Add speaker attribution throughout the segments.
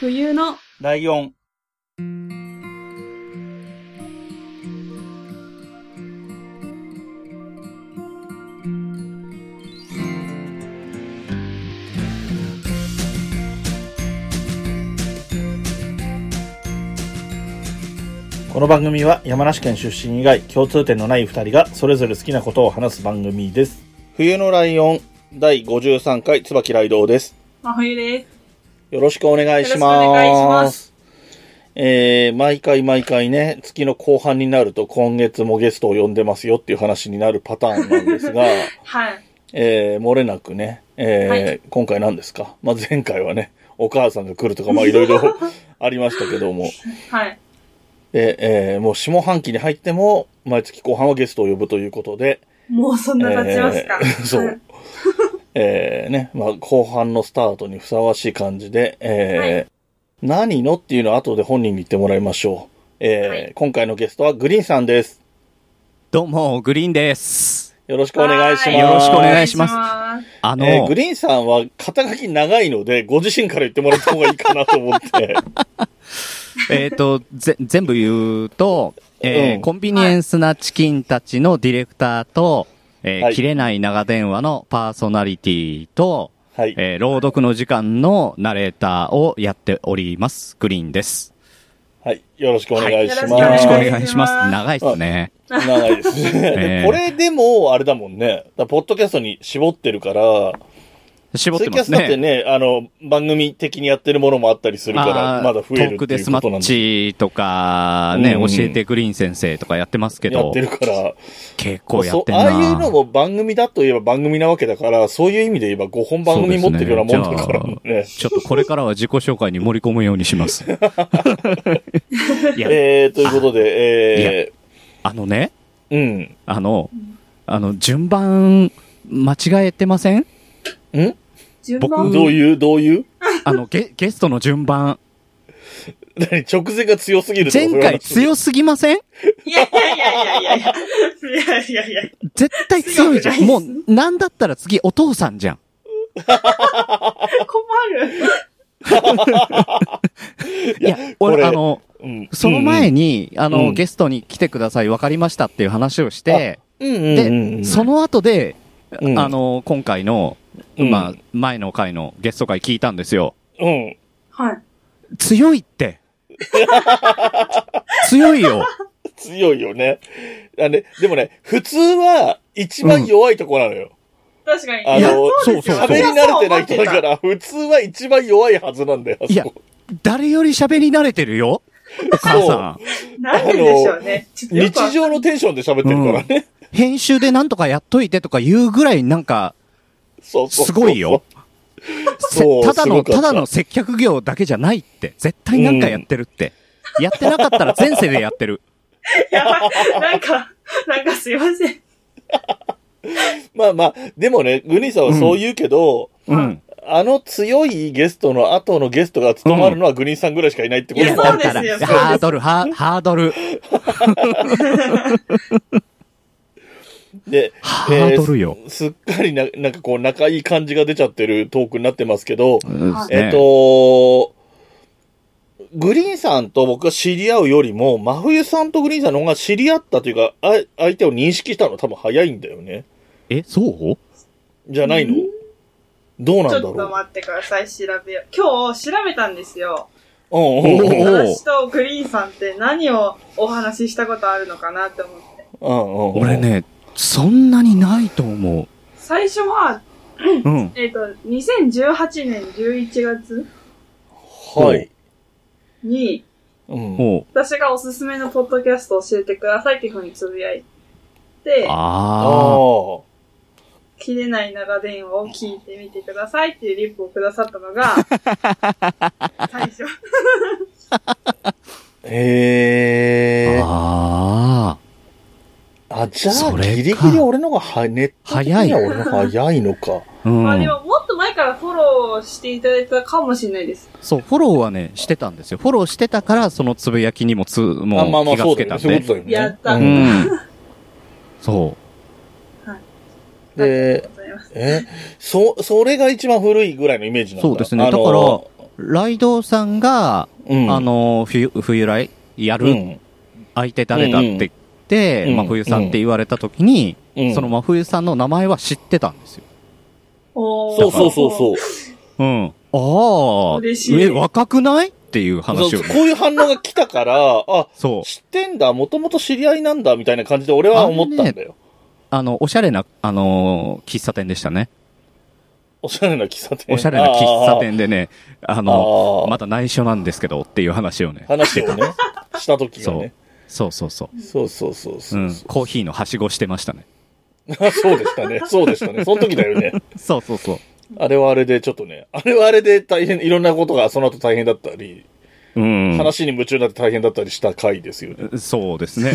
Speaker 1: 冬の
Speaker 2: ライオン。この番組は山梨県出身以外共通点のない2人がそれぞれ好きなことを話す番組です。冬のライオン第53回椿ライドウです。
Speaker 1: 真冬です。
Speaker 2: よろしくお願いします。
Speaker 1: よろしくお願いします
Speaker 2: えー、毎回毎回ね、月の後半になると今月もゲストを呼んでますよっていう話になるパターンなんで すが、
Speaker 1: はい。
Speaker 2: えー、漏れなくね、え
Speaker 1: は
Speaker 2: ー今回何ですかまあ、前回はね、お母さんが来るとか、まあ、いろいろ ありましたけども、
Speaker 1: はい。
Speaker 2: で、えー、もう下半期に入っても、毎月後半はゲストを呼ぶということで、
Speaker 1: もうそんな経ちますか。
Speaker 2: えー そ
Speaker 1: は
Speaker 2: う
Speaker 1: い。
Speaker 2: えーね、まあ、後半のスタートにふさわしい感じで、えー
Speaker 1: は
Speaker 2: 何のっていうのは後で本人に言ってもらいましょう。えー
Speaker 1: はい
Speaker 2: 今回のゲストはグリーンさんです。
Speaker 3: どうも、グリーンです。
Speaker 2: よろしくお願いします。
Speaker 3: はーいよろしくお願いします
Speaker 1: お願いします。
Speaker 3: あの、
Speaker 2: えーグリーンさんは肩書き長いので、ご自身から言ってもらった方がいいかなと思って。
Speaker 3: えっ、と、ぜ、全部言うと、えー
Speaker 2: うん
Speaker 3: コンビニエンスなチキンたちのディレクターと、えー
Speaker 2: はい
Speaker 3: 切れない長電話のパーソナリティと、
Speaker 2: はい。
Speaker 3: えー朗読の時間のナレーターをやっております。グリーンです。
Speaker 2: はい。よろしくお願いします。
Speaker 1: は
Speaker 3: よろしくお
Speaker 1: い
Speaker 3: 願いします。
Speaker 1: お願いします
Speaker 3: 長いっすね。
Speaker 2: 長いですね。
Speaker 3: えー
Speaker 2: これでも、あれだもんね。だからポッドキャストに絞ってるから、
Speaker 3: 絞っ
Speaker 2: ツ
Speaker 3: て
Speaker 2: イキ
Speaker 3: ま
Speaker 2: ャス
Speaker 3: す
Speaker 2: だって
Speaker 3: ね。
Speaker 2: ね、あの、番組的にやってるものもあったりするから、
Speaker 3: あー
Speaker 2: まだ増
Speaker 3: ト
Speaker 2: える
Speaker 3: ー
Speaker 2: って
Speaker 3: クデ
Speaker 2: いう
Speaker 3: スマ
Speaker 2: ことなん
Speaker 3: ッ
Speaker 2: です
Speaker 3: チとかね、
Speaker 2: うんうん
Speaker 3: 教えてグリーン先生とかやってますけ
Speaker 2: やっ
Speaker 3: ど
Speaker 2: て、るから、
Speaker 3: 結構や
Speaker 2: そ
Speaker 3: っ
Speaker 2: う
Speaker 3: てんな
Speaker 2: ああいうのも番組だといえば番組なわけだから、そういう意味で言えば5本番組持ってるようなもんだからね
Speaker 3: そう。ちょっとこれからは自己紹介に盛り込むように します。いや、
Speaker 2: えー、ということで、え
Speaker 3: あのね、
Speaker 2: ー、
Speaker 3: あの、あの、順番、間違えてません
Speaker 2: うん。ん
Speaker 1: 順番
Speaker 3: 僕
Speaker 2: どういう、どういう
Speaker 3: あの、ゲ、ゲストの順番。
Speaker 2: 何直前が強すぎるとか
Speaker 3: 前回強すぎません
Speaker 1: いやいやいやいやいやいや。いやいやいや。
Speaker 3: 絶対強いじゃん。
Speaker 1: 強
Speaker 3: も
Speaker 1: くな
Speaker 3: う、なんだったら次お父さんじゃん。
Speaker 1: 困る。
Speaker 3: いや、
Speaker 2: これ
Speaker 3: 俺、あの、
Speaker 2: うん
Speaker 3: その前に、あ
Speaker 2: うん
Speaker 3: の、ゲストに来てください、わかりましたっていう話をして、
Speaker 2: うんうんうんうん
Speaker 3: で、その後で、
Speaker 2: うん
Speaker 3: あの、今回の、
Speaker 2: うん
Speaker 3: まあ、前の回のゲスト回聞いたんですよ。
Speaker 2: うん。
Speaker 1: はい。
Speaker 3: 強いって。 強いよ。
Speaker 2: 強いよね。あね、でもね、普通は一番弱いとこなのよ。
Speaker 1: 確かに。
Speaker 2: あ
Speaker 3: いや
Speaker 2: の、
Speaker 3: そうそうそう
Speaker 2: 喋り慣れてない人だから、普通は一番弱いはずなんだよ、あそこ
Speaker 3: いや誰より喋り慣れてるよ。お母さん。
Speaker 1: なんででしょうね。ちょっとよくわ
Speaker 2: 日常のテンションで喋ってるからね。
Speaker 3: 編集でなんとかやっといてとか言うぐらいなんか、
Speaker 2: そうそうそう
Speaker 3: すごいよ。せ
Speaker 2: そう
Speaker 3: ただ
Speaker 2: すご
Speaker 3: の、
Speaker 2: かった
Speaker 3: ただの接客業だけじゃないって。絶対なんかやってるって。やってなかったら前世でやってる。
Speaker 1: やばいなんか、なんかすいません。
Speaker 2: まあまあ、でもね、グニーさんはそう言うけど、
Speaker 3: うん。
Speaker 2: あの強いゲストの後のゲストが務まるのはグニーさんぐらいしかいないってこ
Speaker 1: いや
Speaker 2: と
Speaker 1: そう
Speaker 2: だ
Speaker 1: で
Speaker 3: だ
Speaker 1: すよ
Speaker 3: から、
Speaker 1: そうです
Speaker 3: ハードル、ハハードル、
Speaker 2: で、
Speaker 3: ハードルよ。
Speaker 2: えーすっかりな、なんかこう仲いい感じが出ちゃってるトークになってますけど、
Speaker 1: ん
Speaker 2: えっ、と、グリーンさんと僕が知り合うよりも、真冬さんとグリーンさんの方が知り合ったというか、あ相手を認識したの多分早いんだよね。
Speaker 3: え、そう
Speaker 2: じゃないのどうなん
Speaker 1: ち
Speaker 2: だ
Speaker 1: ょっと
Speaker 2: ろ
Speaker 1: 待ってください、調べよう。今日調べたんですよ。
Speaker 2: う。うんうんうん
Speaker 3: おー
Speaker 1: 私とグリーンさんって何をお話ししたことあるのかなって思って。
Speaker 2: うんうん。
Speaker 3: 俺。ね、そんなにないと思
Speaker 1: 最初は、
Speaker 3: う。うん。
Speaker 1: えっ、と、2018年11月
Speaker 2: はい。
Speaker 1: に、
Speaker 2: うん。
Speaker 3: もう、
Speaker 1: 私がおすすめのポッドキャストを教えてくださいっていうふうにつぶやいて、
Speaker 3: ああ。
Speaker 2: あ
Speaker 1: 切れない長電話を聞いてみてくださいっていうリップをくださったの が、最初。
Speaker 2: あ。へえ。
Speaker 3: ああ。
Speaker 2: あ、じゃあ、
Speaker 3: それか
Speaker 2: ギリギリ俺のがは、ネット的には俺のが早いのか。
Speaker 3: う
Speaker 1: まあで
Speaker 3: ん。
Speaker 1: も、もっと前からフォローしていただいたかもしれないです。
Speaker 3: そう、フォローはね、してたんですよ。フォローしてたから、そのつぶやきにもつ、も
Speaker 2: あ、まあ
Speaker 3: う
Speaker 2: まあ、
Speaker 3: 気が
Speaker 2: そう
Speaker 3: つ
Speaker 2: だよ
Speaker 3: けた
Speaker 2: ね。
Speaker 3: ん
Speaker 2: そういうこ。とだよ
Speaker 3: で
Speaker 2: ね。
Speaker 1: やった
Speaker 2: うん
Speaker 3: うん。 そ
Speaker 1: ありが
Speaker 2: で
Speaker 1: とう、ございます。
Speaker 2: え、そ、それが一番古いぐらいのイメージな
Speaker 3: う。
Speaker 2: んだ
Speaker 3: そうですね。
Speaker 2: あ
Speaker 3: だから
Speaker 2: の、
Speaker 3: ライドウさんが、
Speaker 2: うん
Speaker 3: あの、冬、冬来や
Speaker 2: う
Speaker 3: る
Speaker 2: ん。
Speaker 3: 相手誰だって言って、
Speaker 2: うん
Speaker 3: 真冬さんって言われた時に、
Speaker 2: うん
Speaker 3: その真冬さんの名前は知ってたんですよ。
Speaker 1: おー
Speaker 2: そうそうそうそう。
Speaker 3: うん。ああ、
Speaker 1: 嬉しい
Speaker 3: え、若くないっていう話
Speaker 2: そ
Speaker 3: を
Speaker 2: う
Speaker 3: ね。
Speaker 2: こういう反応が来たから、あ、
Speaker 3: そう。
Speaker 2: 知ってんだ、もともと知り合いなんだ、みたいな感じで俺は思ったんだよ。
Speaker 3: あの、おしゃれな、あのー喫茶店でしたね。
Speaker 2: おしゃれな喫茶店。
Speaker 3: おしゃれな喫茶店でね、あの
Speaker 2: あー
Speaker 3: まだ内緒なんですけどっていう話をね
Speaker 2: あー。。話をね、した時が
Speaker 3: そう
Speaker 2: ね。。
Speaker 3: そうそうそ
Speaker 2: そうそうそう
Speaker 3: う。う
Speaker 2: そ
Speaker 3: ん
Speaker 2: う。。
Speaker 3: コーヒーのはしごしてましたね。
Speaker 2: あそうでしたね。そうでしたね。その時だよね。
Speaker 3: そうそうそう。
Speaker 2: あれはあれでちょっとね、あれはあれで大変、いろんなことがその後大変だったり、
Speaker 3: うん。
Speaker 2: 話に夢中になって大変だったりした回ですよね。
Speaker 3: そうで すね。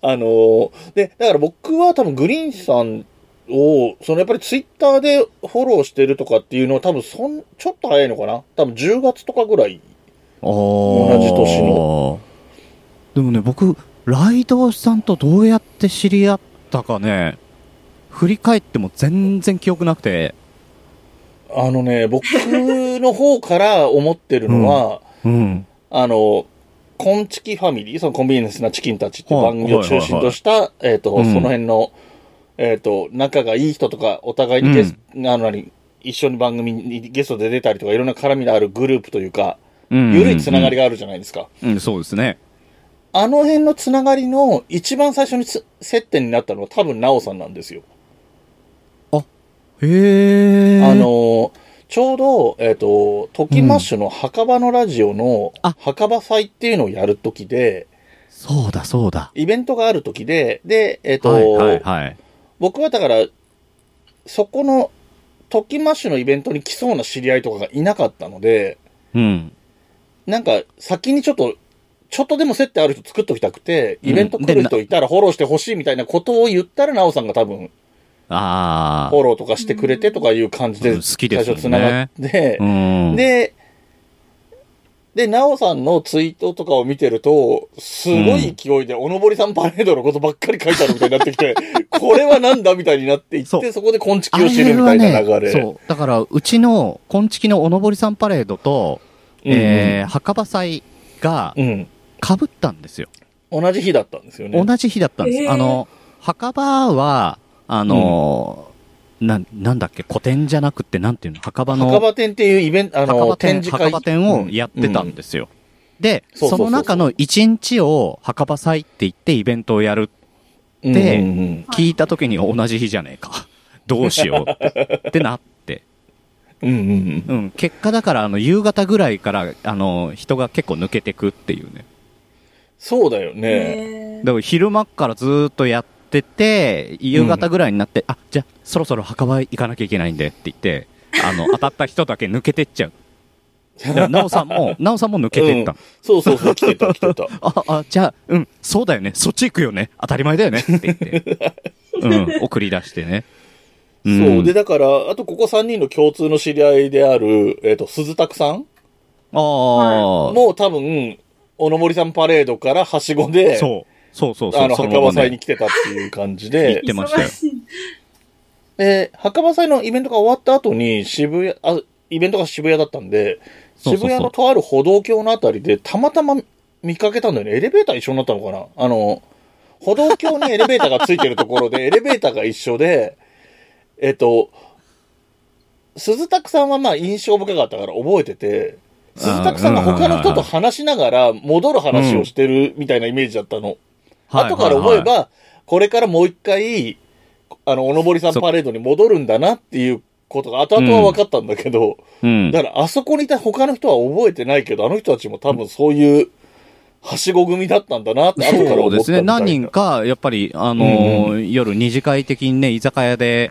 Speaker 2: あのーで、だから僕は多分グリーンさんを、そのやっぱりツイッターでフォローしてるとかっていうのは多分そん、ちょっと早いのかな多分10月とかぐらい。
Speaker 3: 同
Speaker 2: 同じ年の。
Speaker 3: でもね、僕、ライドウさんとどうやって知り合ったかね、振り返っても全然記憶なくて。
Speaker 2: あのね、僕の方から思ってるのは、
Speaker 3: うん。
Speaker 2: あの、コンチキファミリー、そのコンビニエンスなチキンたちっていう
Speaker 3: はい
Speaker 2: 番組を中心とした、えっ、と、
Speaker 3: うん
Speaker 2: その辺の、えっ、と、仲がいい人とか、お互いにゲスト、あの何、一緒に番組にゲストで出たりとか、いろんな絡みのあるグループというか、
Speaker 3: ゆ
Speaker 2: 緩いつながり
Speaker 3: が。
Speaker 2: があるじゃないですか。
Speaker 3: うん、そうですね。
Speaker 2: あの辺のつながりの一番最初につ接点になったのは多分ナオさんなんですよ。
Speaker 3: へえ。
Speaker 2: あの、ー、ちょうど、えっ、と、トキマッシュの墓場のラジオの
Speaker 3: あ
Speaker 2: 墓場祭っていうのをやるときで、
Speaker 3: そうだそうだ。
Speaker 2: イベントがあるときで、で、えっ、と、
Speaker 3: はいはいはい。
Speaker 2: 僕はだから、そこのトキマッシュのイベントに来そうな知り合いとかがいなかったので、
Speaker 3: うん。
Speaker 2: なんか先にちょっと、ちょっとでも接点ある人作っときたくて、イベント来
Speaker 3: うんで
Speaker 2: る人いたらフォローしてほしいみたいなことを言ったら、ナオさんが多分、
Speaker 3: あ
Speaker 2: フォローとかしてくれてとかいう感じ
Speaker 3: う
Speaker 2: で、
Speaker 3: ん好きですよね
Speaker 2: 最初繋がって
Speaker 3: あ。う、ん。、
Speaker 2: で、で、なおさんのツイートとかを見てると、すごい勢いで、おのぼりさんパレードのことばっかり書いてあるみたいになってきて、これはなんだみたいになっていって、
Speaker 3: そ
Speaker 2: そうこで昆
Speaker 3: あ
Speaker 2: 虫を知
Speaker 3: れ
Speaker 2: るみ
Speaker 3: は
Speaker 2: たいな
Speaker 3: ね
Speaker 2: 流れ。、
Speaker 3: そう。だから、うちの、こんちきのおのぼりさんパレードと、
Speaker 2: うんうん
Speaker 3: えー、墓場祭が
Speaker 2: うん。
Speaker 3: 被ったんですよ。
Speaker 2: 同じ日だったんですよね。
Speaker 3: 同じ日だったんです。
Speaker 1: えー
Speaker 3: あの、墓場は、あの、なん、なんだっけ、古典じゃなくて、なんていうの、墓場の、
Speaker 2: 墓場展っていうイベント、あ
Speaker 3: 墓
Speaker 2: の、
Speaker 3: 場
Speaker 2: 展
Speaker 3: 展
Speaker 2: 示会。
Speaker 3: 墓場展をやってたんですよ。で、
Speaker 2: そうそうそうそう
Speaker 3: その中の1日を墓場祭って言ってイベントをやる
Speaker 2: うん
Speaker 3: で
Speaker 2: うんうん
Speaker 3: 聞いた時に同じ日じゃねえか。どうしようってってなって。
Speaker 2: うんうんうん。
Speaker 3: うん。結果だから、あの、夕方ぐらいから、あの、人が結構抜けてくっていうね。
Speaker 2: そうだよね。
Speaker 1: えー
Speaker 3: だから昼間からずーっとやってて、夕方ぐらいになって、あ、じゃあ、そろそろ墓場行かなきゃいけないんでって言って、あ の、当たった人だけ抜けてっちゃう。だからなおさんも、なおさんも抜けてった。
Speaker 2: そうそうそう、来てた来てた。
Speaker 3: あ、あ、じゃあ、うん、そうだよね。そっち行くよね。当たり前だよね。って言って。うん、送り出してね。ん
Speaker 2: そう。で、だから、あとここ3人の共通の知り合いである、えっ、と、鈴拓さん
Speaker 3: ああ、
Speaker 2: もう多分、おのぼりさんパレードからはしごで、
Speaker 3: そう。そうそうそう。
Speaker 2: あの、
Speaker 3: そ
Speaker 2: 墓場
Speaker 3: まま
Speaker 2: 祭
Speaker 3: ね
Speaker 2: に来てたっていう感じで
Speaker 3: 行、ってましたよ
Speaker 1: 忙しい
Speaker 2: で、墓場祭のイベントが終わった後に渋谷、あ、イベントが渋谷だったんで、
Speaker 3: そうそうそ
Speaker 2: 渋
Speaker 3: う
Speaker 2: 谷のとある歩道橋のあたりで、たまたま見かけたんだよね。エレベーター一緒になったのかなあの、歩道橋にエレベーターがついてるところ で、エレベーターが一緒で、えっと、鈴拓さんはまあ印象深かったから覚えてて、鈴拓さんが他の人と話しながら戻る話をしてるみたいなイメージだったの。後から思え、
Speaker 3: はいはいはい
Speaker 2: ば、これからもう一回、あの、おのぼりさんパレードに戻るんだなっていうことが後々は分かったんだけど、
Speaker 3: うん。
Speaker 2: だからあそこにいた他の人は覚えてないけど、あの人たちも多分そういう、はしご組だったんだなって後から
Speaker 3: そ
Speaker 2: 思
Speaker 3: う
Speaker 2: った
Speaker 3: ですね。
Speaker 2: みたい
Speaker 3: 何
Speaker 2: な
Speaker 3: 人か、やっぱり、あのー夜二次会的にね、居酒屋で、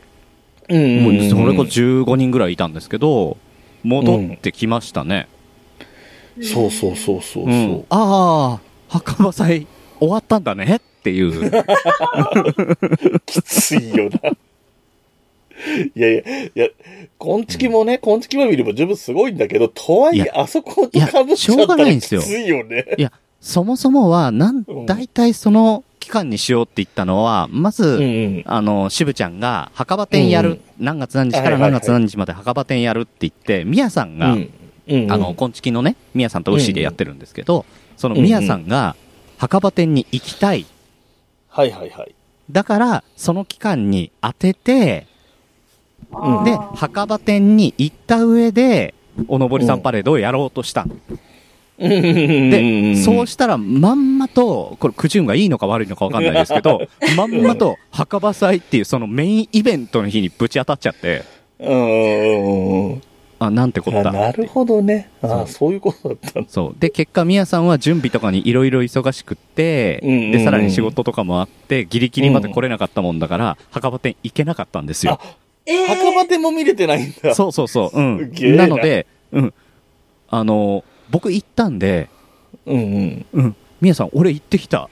Speaker 2: うんうん
Speaker 3: も
Speaker 2: うん、
Speaker 3: うそれこそ15人ぐらいいたんですけど、戻ってきましたね。
Speaker 2: そうそうそうそうそう。
Speaker 3: うんああ、墓場祭終わったんだねっていう。
Speaker 2: きついよな。 いやいや、いや、昆虫もね、昆虫ファミリーも十分すごいんだけど、とはい
Speaker 3: い
Speaker 2: え、
Speaker 3: や
Speaker 2: あそこと被っちゃっ
Speaker 3: いやしょう
Speaker 2: た
Speaker 3: がな
Speaker 2: ら
Speaker 3: いん
Speaker 2: き
Speaker 3: です
Speaker 2: つ
Speaker 3: よ
Speaker 2: いよね。
Speaker 3: いや、そもそもは、なん
Speaker 2: うん、
Speaker 3: 大体その期間にしようって言ったのは、まず、
Speaker 2: うんうん。
Speaker 3: あの、渋ちゃんが、墓場店やる、何月何日から何月何日まで墓場店やるって言って、みやさんが、
Speaker 2: うんうん
Speaker 3: あの、、こんちきのね、みやさんと牛でやってるんですけど、そのみやさんが、墓場店に行きたい。
Speaker 2: はいはいはい。
Speaker 3: だから、その期間に当てて、
Speaker 2: うん
Speaker 3: で、
Speaker 1: あー
Speaker 3: 墓場店に行った上で、おのぼりさんパレードをやろうとした。で、
Speaker 2: で
Speaker 3: そうしたら、まんまと、これ、くじゅんがいいのか悪いのかわかんないですけど、まんまと、墓場祭っていう、そのメインイベントの日にぶち当たっちゃって、
Speaker 2: うんうん。
Speaker 3: あ、なんてこ
Speaker 2: あ
Speaker 3: った。
Speaker 2: なるほどね。
Speaker 3: そ
Speaker 2: あ
Speaker 3: う
Speaker 2: そういうことだったんだ。
Speaker 3: そう。で、結果、みやさんは準備とかにいろいろ忙しくって、
Speaker 2: うんうんうん
Speaker 3: で、さらに仕事とかもあって、ギリギリまで来れなかったもんだから、墓場店行けなかったんですよ。
Speaker 1: えー、
Speaker 2: 墓場でも見れてないんだ。
Speaker 3: そうそうそう。う
Speaker 2: すげえ
Speaker 3: ん。
Speaker 2: な
Speaker 3: なので、うん。あの、僕行ったんで、
Speaker 2: うんうん。
Speaker 3: うん。みやさん、俺行ってきた。って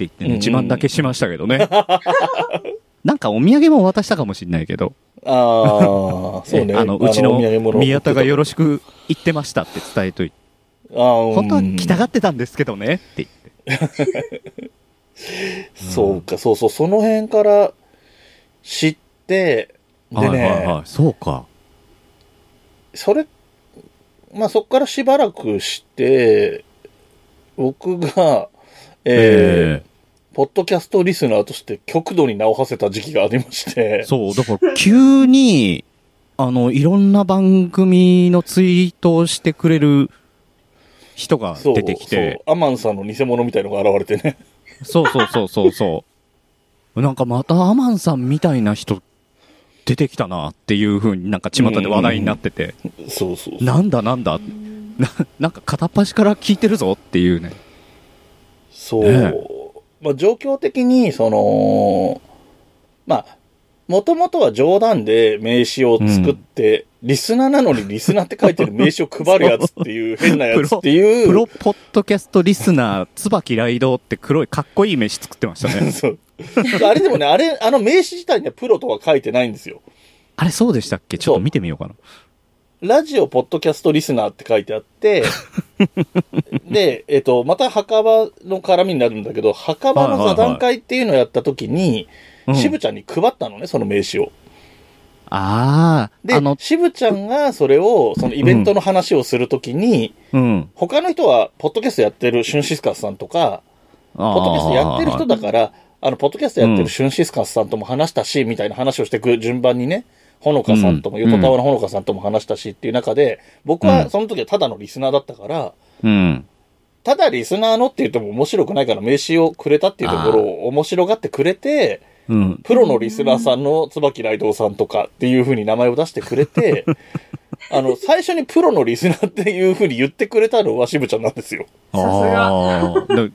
Speaker 3: 言っ
Speaker 2: う
Speaker 3: て
Speaker 2: ん
Speaker 3: ね、
Speaker 2: うん
Speaker 3: 自慢だけしましたけど ね。なんかお土産も渡したかもしれないけど、
Speaker 2: ああ、そうね。
Speaker 3: えあの、うち
Speaker 2: お
Speaker 3: の
Speaker 2: 土産物
Speaker 3: 宮田がよろしく行ってましたって伝えといて、
Speaker 2: あーうん
Speaker 3: 本当は来たがってたんですけどねって言って。
Speaker 2: そうか、そうそう、その辺から知って、でね、
Speaker 3: はいはいはい、そうか。
Speaker 2: それ、まあそこからしばらくして、僕が、えー
Speaker 3: え
Speaker 2: ポッドキャストリスナーとして極度に名を馳せた時期がありまして、
Speaker 3: そう、だから急に、あの、いろんな番組のツイートをしてくれる人が
Speaker 2: そう
Speaker 3: 出てきて、
Speaker 2: そうアマンさんの偽物みたいのが現れてね。
Speaker 3: そうそうそうそうそう。なんかまたアマンさんみたいな人出てきたなっていう風になんか巷で話題になってて、
Speaker 2: そうそうそう。
Speaker 3: なんだなんだ、ななんか片っ端から聞いてるぞっていうね。
Speaker 2: そう。
Speaker 3: ね
Speaker 2: まあ状況的に、その、まあ、もともとは冗談で名刺を作って、リスナーなのにリスナーって書いてる名刺を配るやつって いう変なやつっていう。
Speaker 3: プロポッドキャストリスナー、椿ライドって黒いかっこいい飯作ってました ね。
Speaker 2: そう。あれでもね、あれ、あの名刺自体にはプロとは書いてないんですよ。
Speaker 3: あれそうでしたっけちょっと見てみようかな。
Speaker 2: ラジオ、ポッドキャストリスナーって書いてあって、で、えっと、また墓場の絡みになるんだけど、墓場の座談会っていうのをやった時に、
Speaker 3: うん
Speaker 2: 渋ちゃんに配ったのね、その名刺を。
Speaker 3: あ
Speaker 2: で
Speaker 3: あ、あの、
Speaker 2: 渋ちゃんがそれを、そのイベントの話をするときに、
Speaker 3: うん。
Speaker 2: 他の人は、ポッドキャストやってるシュンシスカスさんとか、
Speaker 3: ポ
Speaker 2: ポッドキャストやってる人だから、あの、ポッドキャストやってるシュンシスカスさんとも話したし、みたいな話をしていく順番にね、ほのかさんとも、
Speaker 3: うん
Speaker 2: ヨトタワのほのかさんとも話したしっていう中で、僕
Speaker 3: う
Speaker 2: は
Speaker 3: ん
Speaker 2: その時はただのリスナーだったから、
Speaker 3: うん。
Speaker 2: ただリスナーのって言っても面白くないから名刺をくれたっていうところを面白がってくれて、
Speaker 3: うん。
Speaker 2: プロのリスナーさんの椿雷道さんとかっていう風に名前を出してくれ て、あの、最初にプロのリスナーっていう風に言ってくれたのは渋ちゃんなんですよ。
Speaker 1: さすが
Speaker 3: あー。で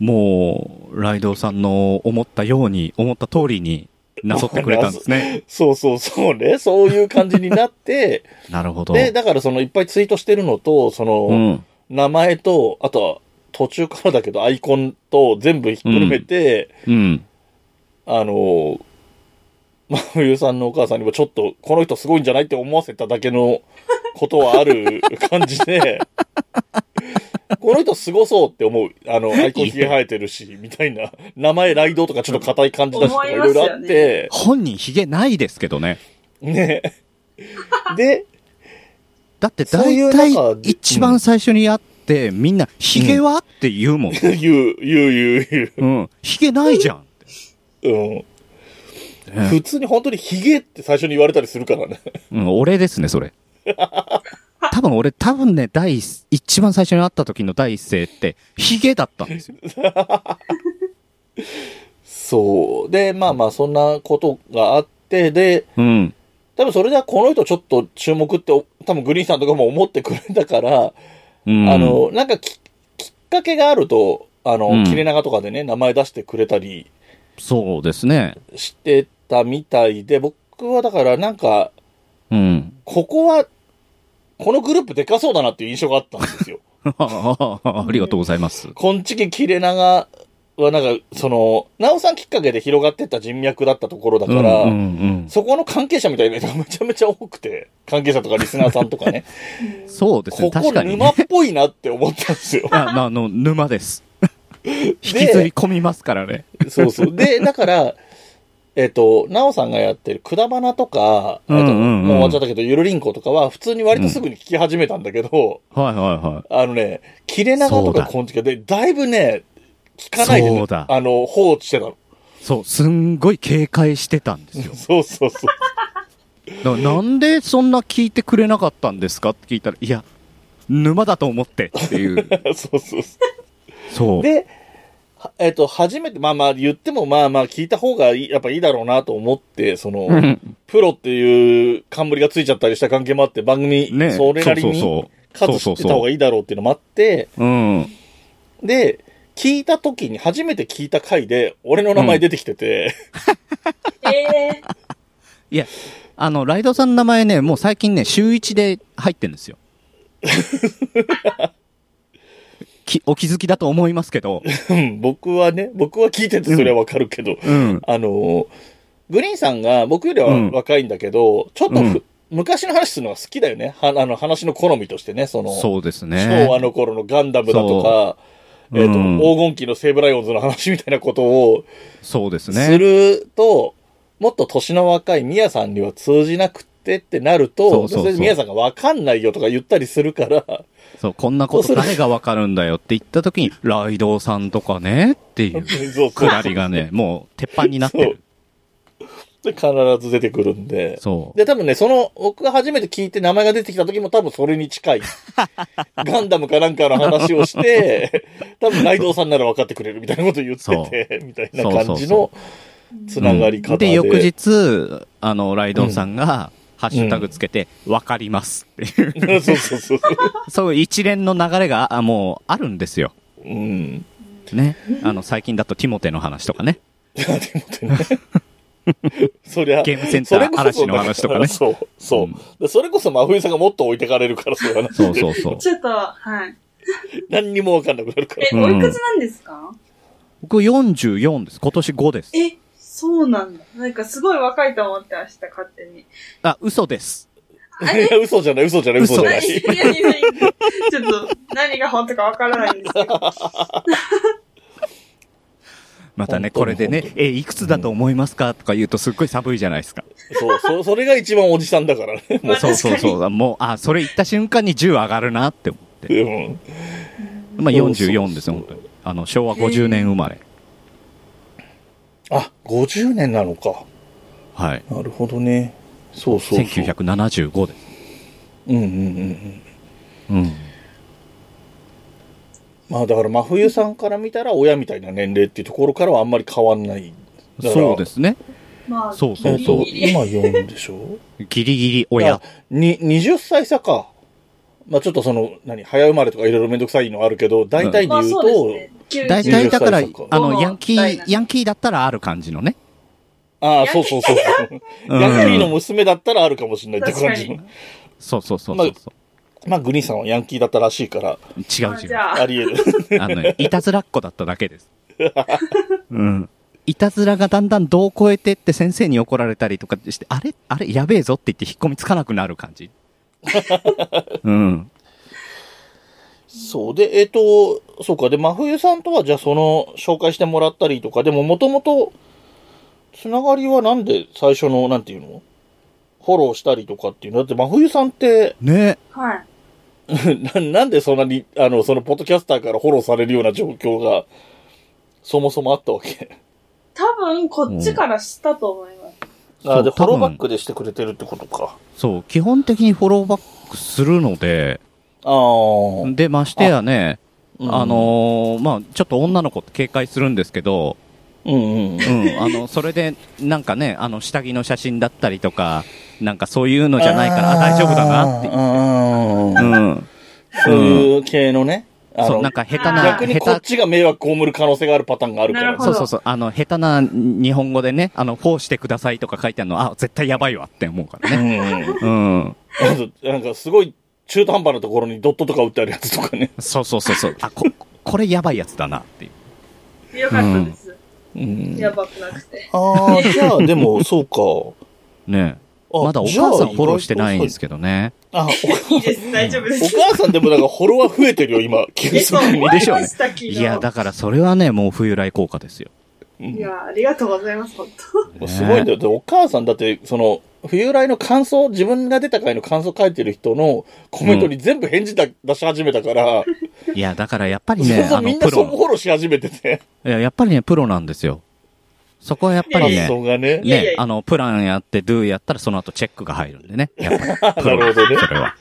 Speaker 3: もう、ライドウさんの思ったように、思った通りになぞってくれたんです ね。
Speaker 2: そうそうそうね。そういう感じになって、
Speaker 3: なるほど。
Speaker 2: で、だからそのいっぱいツイートしてるのと、その、
Speaker 3: うん。
Speaker 2: 名前と、あとは途中からだけどアイコンと全部ひっくるめて、
Speaker 3: うん。
Speaker 2: あの、まふゆさんのお母さんにもちょっとこの人すごいんじゃないって思わせただけのことはある感じ で、この人すごそうって思う。あの、アイコンひげ生えてるし、みたいな。名前ライドとかちょっと硬い感じだし、とか
Speaker 1: 思
Speaker 2: い
Speaker 1: いま
Speaker 2: ろい
Speaker 1: す
Speaker 2: ろ
Speaker 1: よね
Speaker 2: あって、
Speaker 3: 本人ヒゲないですけどね。
Speaker 2: ね。で、
Speaker 3: だって
Speaker 2: そう
Speaker 3: 大
Speaker 2: いう
Speaker 3: 体
Speaker 2: 中で
Speaker 3: 一番最初に会って、みんな、ヒゲはって言うもん。
Speaker 2: 言う、 言う、言う、言う。
Speaker 3: うん。ヒゲないじゃんって。
Speaker 2: うん。
Speaker 3: ね
Speaker 2: 普通に本当にヒゲって最初に言われたりするからね。
Speaker 3: うん、俺ですね、それ。 多分俺、多分ね、第一、一番最初に会った時の第一声って、ヒゲだったんですよ。
Speaker 2: そう。で、まあまあ、そんなことがあって、で、
Speaker 3: うん。
Speaker 2: 多分それではこの人ちょっと注目って、お多分グリーンさんとかも思ってくれたから、
Speaker 3: うん、
Speaker 2: あ、の、なんかききっかけがあると、あの、
Speaker 3: うん
Speaker 2: 切れ長とかでね、名前出してくれたり
Speaker 3: そうですね。
Speaker 2: してたみたいで、僕はだからなんか、
Speaker 3: うん。
Speaker 2: ここは、このグループでかそうだなっていう印象があったんですよ。
Speaker 3: ありがとうございます。
Speaker 2: こんちき切れ長はなんか、その、なおさんきっかけで広がってった人脈だったところだから、
Speaker 3: うんうん
Speaker 2: そこの関係者みたいな人がめちゃめちゃ多くて、関係者とかリスナーさんとかね、
Speaker 3: うん、そうですね、
Speaker 2: こ
Speaker 3: 確
Speaker 2: こ
Speaker 3: かに、
Speaker 2: 沼
Speaker 3: ね 。
Speaker 2: っ。ぽいなって思ったんですよ
Speaker 3: ああの、沼です。引きずり込みますからね。
Speaker 2: そうそう。で、だから、えっと、なおさんがやってるくだばなとか、あと
Speaker 3: うんうんうん
Speaker 2: もう終わっちゃったけど、ゆるりんことかは、普通に割とすぐに聞き始めたんだけど、
Speaker 3: はいは
Speaker 2: あのね、切れ長と
Speaker 3: そう
Speaker 2: か
Speaker 3: だ
Speaker 2: こんちかで、だいぶね、聞かないで、
Speaker 3: そうだ
Speaker 2: あの、放置してたの。
Speaker 3: いはい。そう、すんごい警戒してたんですよ。
Speaker 2: そうそうそう。
Speaker 3: だからなんでそんな聞いてくれなかったんですかって聞いたら、いや、沼だと思ってって いう。
Speaker 2: そう そうそ。
Speaker 3: そうう。
Speaker 2: で、はえっと、初めて、まあまあ言っても、まあまあ聞いた方がいい、やっぱいいだろうなと思って、その、
Speaker 3: うん
Speaker 2: プロっていう冠がついちゃったりした関係もあって、番組、
Speaker 3: ね
Speaker 2: それなり
Speaker 3: そう
Speaker 2: に
Speaker 3: そうそう。
Speaker 2: 数知ってた方がいいだろうっていうのもあって、
Speaker 3: そう。うん。
Speaker 2: で、聞いた時に、初めて聞いた回で、俺の名前出てきてて、
Speaker 1: え
Speaker 3: いや、あの、ライドさんの名前ね、もう最近ね、週一で入ってんですよ。 きお気づきだと思いますけど。
Speaker 2: うん僕はね、僕は聞いててそれはわかるけど、
Speaker 3: うん。
Speaker 2: あの、グリーンさんが僕よりは若いんだけど、ちょっとふ、
Speaker 3: うん
Speaker 2: 昔の話するのが好きだよね。はあの話の好みとしてね、その、
Speaker 3: そうですね。
Speaker 2: 昭和の頃のガンダムだとか、
Speaker 3: そう
Speaker 2: えっ、と、
Speaker 3: うん
Speaker 2: 黄金期の西武ライオンズの話みたいなことを
Speaker 3: そうです
Speaker 2: す
Speaker 3: ね。
Speaker 2: ると、もっと年の若いミヤさんには通じなくてってなる
Speaker 3: そ
Speaker 2: と、
Speaker 3: うそうそう
Speaker 2: ミヤさんがわかんないよとか言ったりするから、
Speaker 3: そう、こんなこ
Speaker 2: そうす
Speaker 3: と
Speaker 2: る
Speaker 3: 誰がわかるんだよって言った時に、ライドさんとかねっていう
Speaker 2: そう
Speaker 3: くだりがね、もう鉄板になってる。
Speaker 2: で必ず出てくるんで。
Speaker 3: そう。
Speaker 2: で、多分ね、その、僕が初めて聞いて名前が出てきた時も多分それに 近い。ガンダムかなんかの話を して、多分ライドウさんなら分かってくれるみたいなこと言ってて、みたいな感じのつながり方で。
Speaker 3: うん翌日、あの、ライドさんが、ハッシュタグつけて、わ、かりますってい う、
Speaker 2: そうそうそう。
Speaker 3: そういう一連の流れが、あもう、あるんですよ。
Speaker 2: うん。
Speaker 3: ね。あの、最近だとティモテの話とかね。
Speaker 2: いやでもね。そりゃ、
Speaker 3: ゲームセンタ
Speaker 2: そ
Speaker 3: ー
Speaker 2: れこそ
Speaker 3: 嵐の話とかね
Speaker 2: そう、そう。
Speaker 3: うん
Speaker 2: でそれこそ真冬さんがもっと置いてかれるから、そういう話で
Speaker 3: そうそうそ
Speaker 1: ー、
Speaker 3: う。
Speaker 1: ちょっと、はい。
Speaker 2: 何にもわかんなくなるから。
Speaker 1: え、
Speaker 3: うん
Speaker 1: おいくつなんですか
Speaker 3: 僕44です。今年5です。
Speaker 1: え、そうなんだ。なんかすごい若いと思って明日勝手に。
Speaker 3: あ、嘘です。
Speaker 1: あ
Speaker 2: い
Speaker 1: れ
Speaker 2: や、嘘じゃない、嘘じゃない、嘘
Speaker 3: 嘘
Speaker 2: じゃな
Speaker 1: 何
Speaker 2: い
Speaker 1: い。やいやいやちょっと、何が本当かわからないんですけど。
Speaker 3: またね、
Speaker 2: 本
Speaker 3: こ
Speaker 2: 当
Speaker 3: れ
Speaker 2: に
Speaker 3: でね、え、いくつだと思いますかとか言うとすっごい寒いじゃないですか。
Speaker 2: そう、そ、それが一番おじさんだからね。もう
Speaker 1: まあ
Speaker 3: そうそう
Speaker 1: 確か
Speaker 3: そう。もう、あ、それ言った瞬間に10上がるなって思って。
Speaker 2: うん
Speaker 3: まあ
Speaker 2: そうそうそう
Speaker 3: 44ですよ、本当に。あの、昭和50年生まれ。
Speaker 2: あ、50年なのか。
Speaker 3: はい。
Speaker 2: なるほどね。そうそうそう。
Speaker 3: 1975です。
Speaker 2: うんうんうんうん。
Speaker 3: うん。
Speaker 2: まあだから真冬さんから見たら親みたいな年齢っていうところからはあんまり変わんない。だから
Speaker 3: そうで。すね。
Speaker 1: まあ、
Speaker 3: そうそ
Speaker 2: え
Speaker 3: う
Speaker 2: っ
Speaker 1: ギリ
Speaker 2: と、
Speaker 3: そう。
Speaker 1: ギリ
Speaker 2: 今4でしょ
Speaker 3: ギリギリ 親
Speaker 2: あ。に、20歳差か。まあちょっとその、何、早生まれとかいろいろめんどくさいのあるけど、大体で
Speaker 1: まあ
Speaker 2: 言う
Speaker 1: そう
Speaker 2: と、
Speaker 1: ですね。
Speaker 3: 大体だから
Speaker 2: 20歳と、か
Speaker 3: あの、ヤンキ
Speaker 1: そうだ
Speaker 3: ー
Speaker 1: よ、ね
Speaker 3: ヤンキーだったらある感じのね。
Speaker 2: ああ、そうそうそうそう。
Speaker 3: うん
Speaker 2: ヤンキーの娘だったらあるかもしれないって感
Speaker 1: 確
Speaker 2: じ
Speaker 1: か。
Speaker 3: そうそうそうそうそ
Speaker 2: まあグリーンさんはヤンキーだったらしいから、
Speaker 3: う。違う
Speaker 1: あ
Speaker 3: 違
Speaker 1: じ
Speaker 3: う。
Speaker 1: ゃ
Speaker 2: あ
Speaker 1: あ、
Speaker 2: り得る。
Speaker 3: あのね、いたずらっ子だっただけ です。うん。いたずらがだんだん度を超えてって先生に怒られたりとかして、あれあれやべえぞって言って引っ込みつかなくなる感 じ。うん。
Speaker 2: そう。で、えっ、と、そうか。で、真冬さんとは、じゃあその、紹介してもらったりとか、でも、もともと、つながりはなんで最初の、なんていうのフォローしたりとかっていうのだって、真冬さんって、
Speaker 3: ね
Speaker 1: はい。
Speaker 2: ななんでそんなに、あの、その、ポッドキャスターからフォローされるような状況が、そもそもあったわけ。
Speaker 1: 多分、こっちからしたと思います。
Speaker 2: あで、フ
Speaker 3: 多
Speaker 2: ォロ
Speaker 3: 分
Speaker 2: ーバックでしてくれてるってことか。
Speaker 3: そう、基本的にフォローバックするので、
Speaker 2: ああ、
Speaker 3: で、ましてやね、
Speaker 2: うん
Speaker 3: あ、のーまあちょっと女の子って警戒するんですけど、
Speaker 2: うんうん。
Speaker 3: うん、あの、それで、なんかね、あの、下着の写真だったりとか、なんかそういうのじゃないから、あ大丈夫だなって。
Speaker 2: なって。
Speaker 3: うん。
Speaker 2: そういう系のね。あ
Speaker 3: そう、
Speaker 2: の
Speaker 3: なんか下手な、
Speaker 2: 逆にこ
Speaker 3: 下
Speaker 2: っちが迷惑被る可能性があるパターンがあるか
Speaker 1: な
Speaker 2: ら
Speaker 1: る
Speaker 3: 手、
Speaker 1: ほ
Speaker 3: そ
Speaker 1: ど
Speaker 3: うそうそう、あの、下手な日本語でね、あの、フォーしてくださいとか書いてあるの、あ、絶対やばいわって思うから ね。
Speaker 2: う
Speaker 3: うん。
Speaker 2: ん。なんかすごい中途半端なところにドットとか打ってあるやつとかね。
Speaker 3: そうそうそうそう、あ、こ、これやばいやつだなっていう。
Speaker 1: よかったです。
Speaker 2: うん
Speaker 1: やばくなくて。
Speaker 2: ああ、じゃあでもそうか。
Speaker 3: ね
Speaker 2: あ
Speaker 3: まだお母さんフォローしてないんですけどね。
Speaker 2: あ、
Speaker 1: いいです、大丈夫で
Speaker 2: お
Speaker 1: す。
Speaker 2: 母さんでもなんかフォロワー増えてるよ、今。急
Speaker 1: え、そう
Speaker 2: 速に
Speaker 1: 思い。ま
Speaker 3: でしょうね
Speaker 1: した、昨日。
Speaker 3: いや、だからそれはね、もう冬来効果ですよ。
Speaker 2: う ん
Speaker 1: いや、ありがとうございます、本
Speaker 2: もうすごいんだよ。でお母さんだって、その、冬来の感想、自分が出た回の感想書いてる人のコメントに全部返事だ、出し始めたから、
Speaker 3: いや、だからやっぱり
Speaker 2: そう
Speaker 3: ね、
Speaker 2: そう
Speaker 3: あ
Speaker 2: み
Speaker 3: の、
Speaker 2: んな
Speaker 3: プ
Speaker 2: そ
Speaker 3: ロ
Speaker 2: こフォローし始めてて、
Speaker 3: いや、やっぱりね、プロなんですよ。そこはやっぱ
Speaker 2: 感
Speaker 3: りね、
Speaker 2: 想がね。
Speaker 1: いやいやいや
Speaker 3: ね、あの、プランやって、ドゥやったら、その後チェックが入るんでね。やっぱり、プ ロ
Speaker 2: なるほどね
Speaker 3: それは。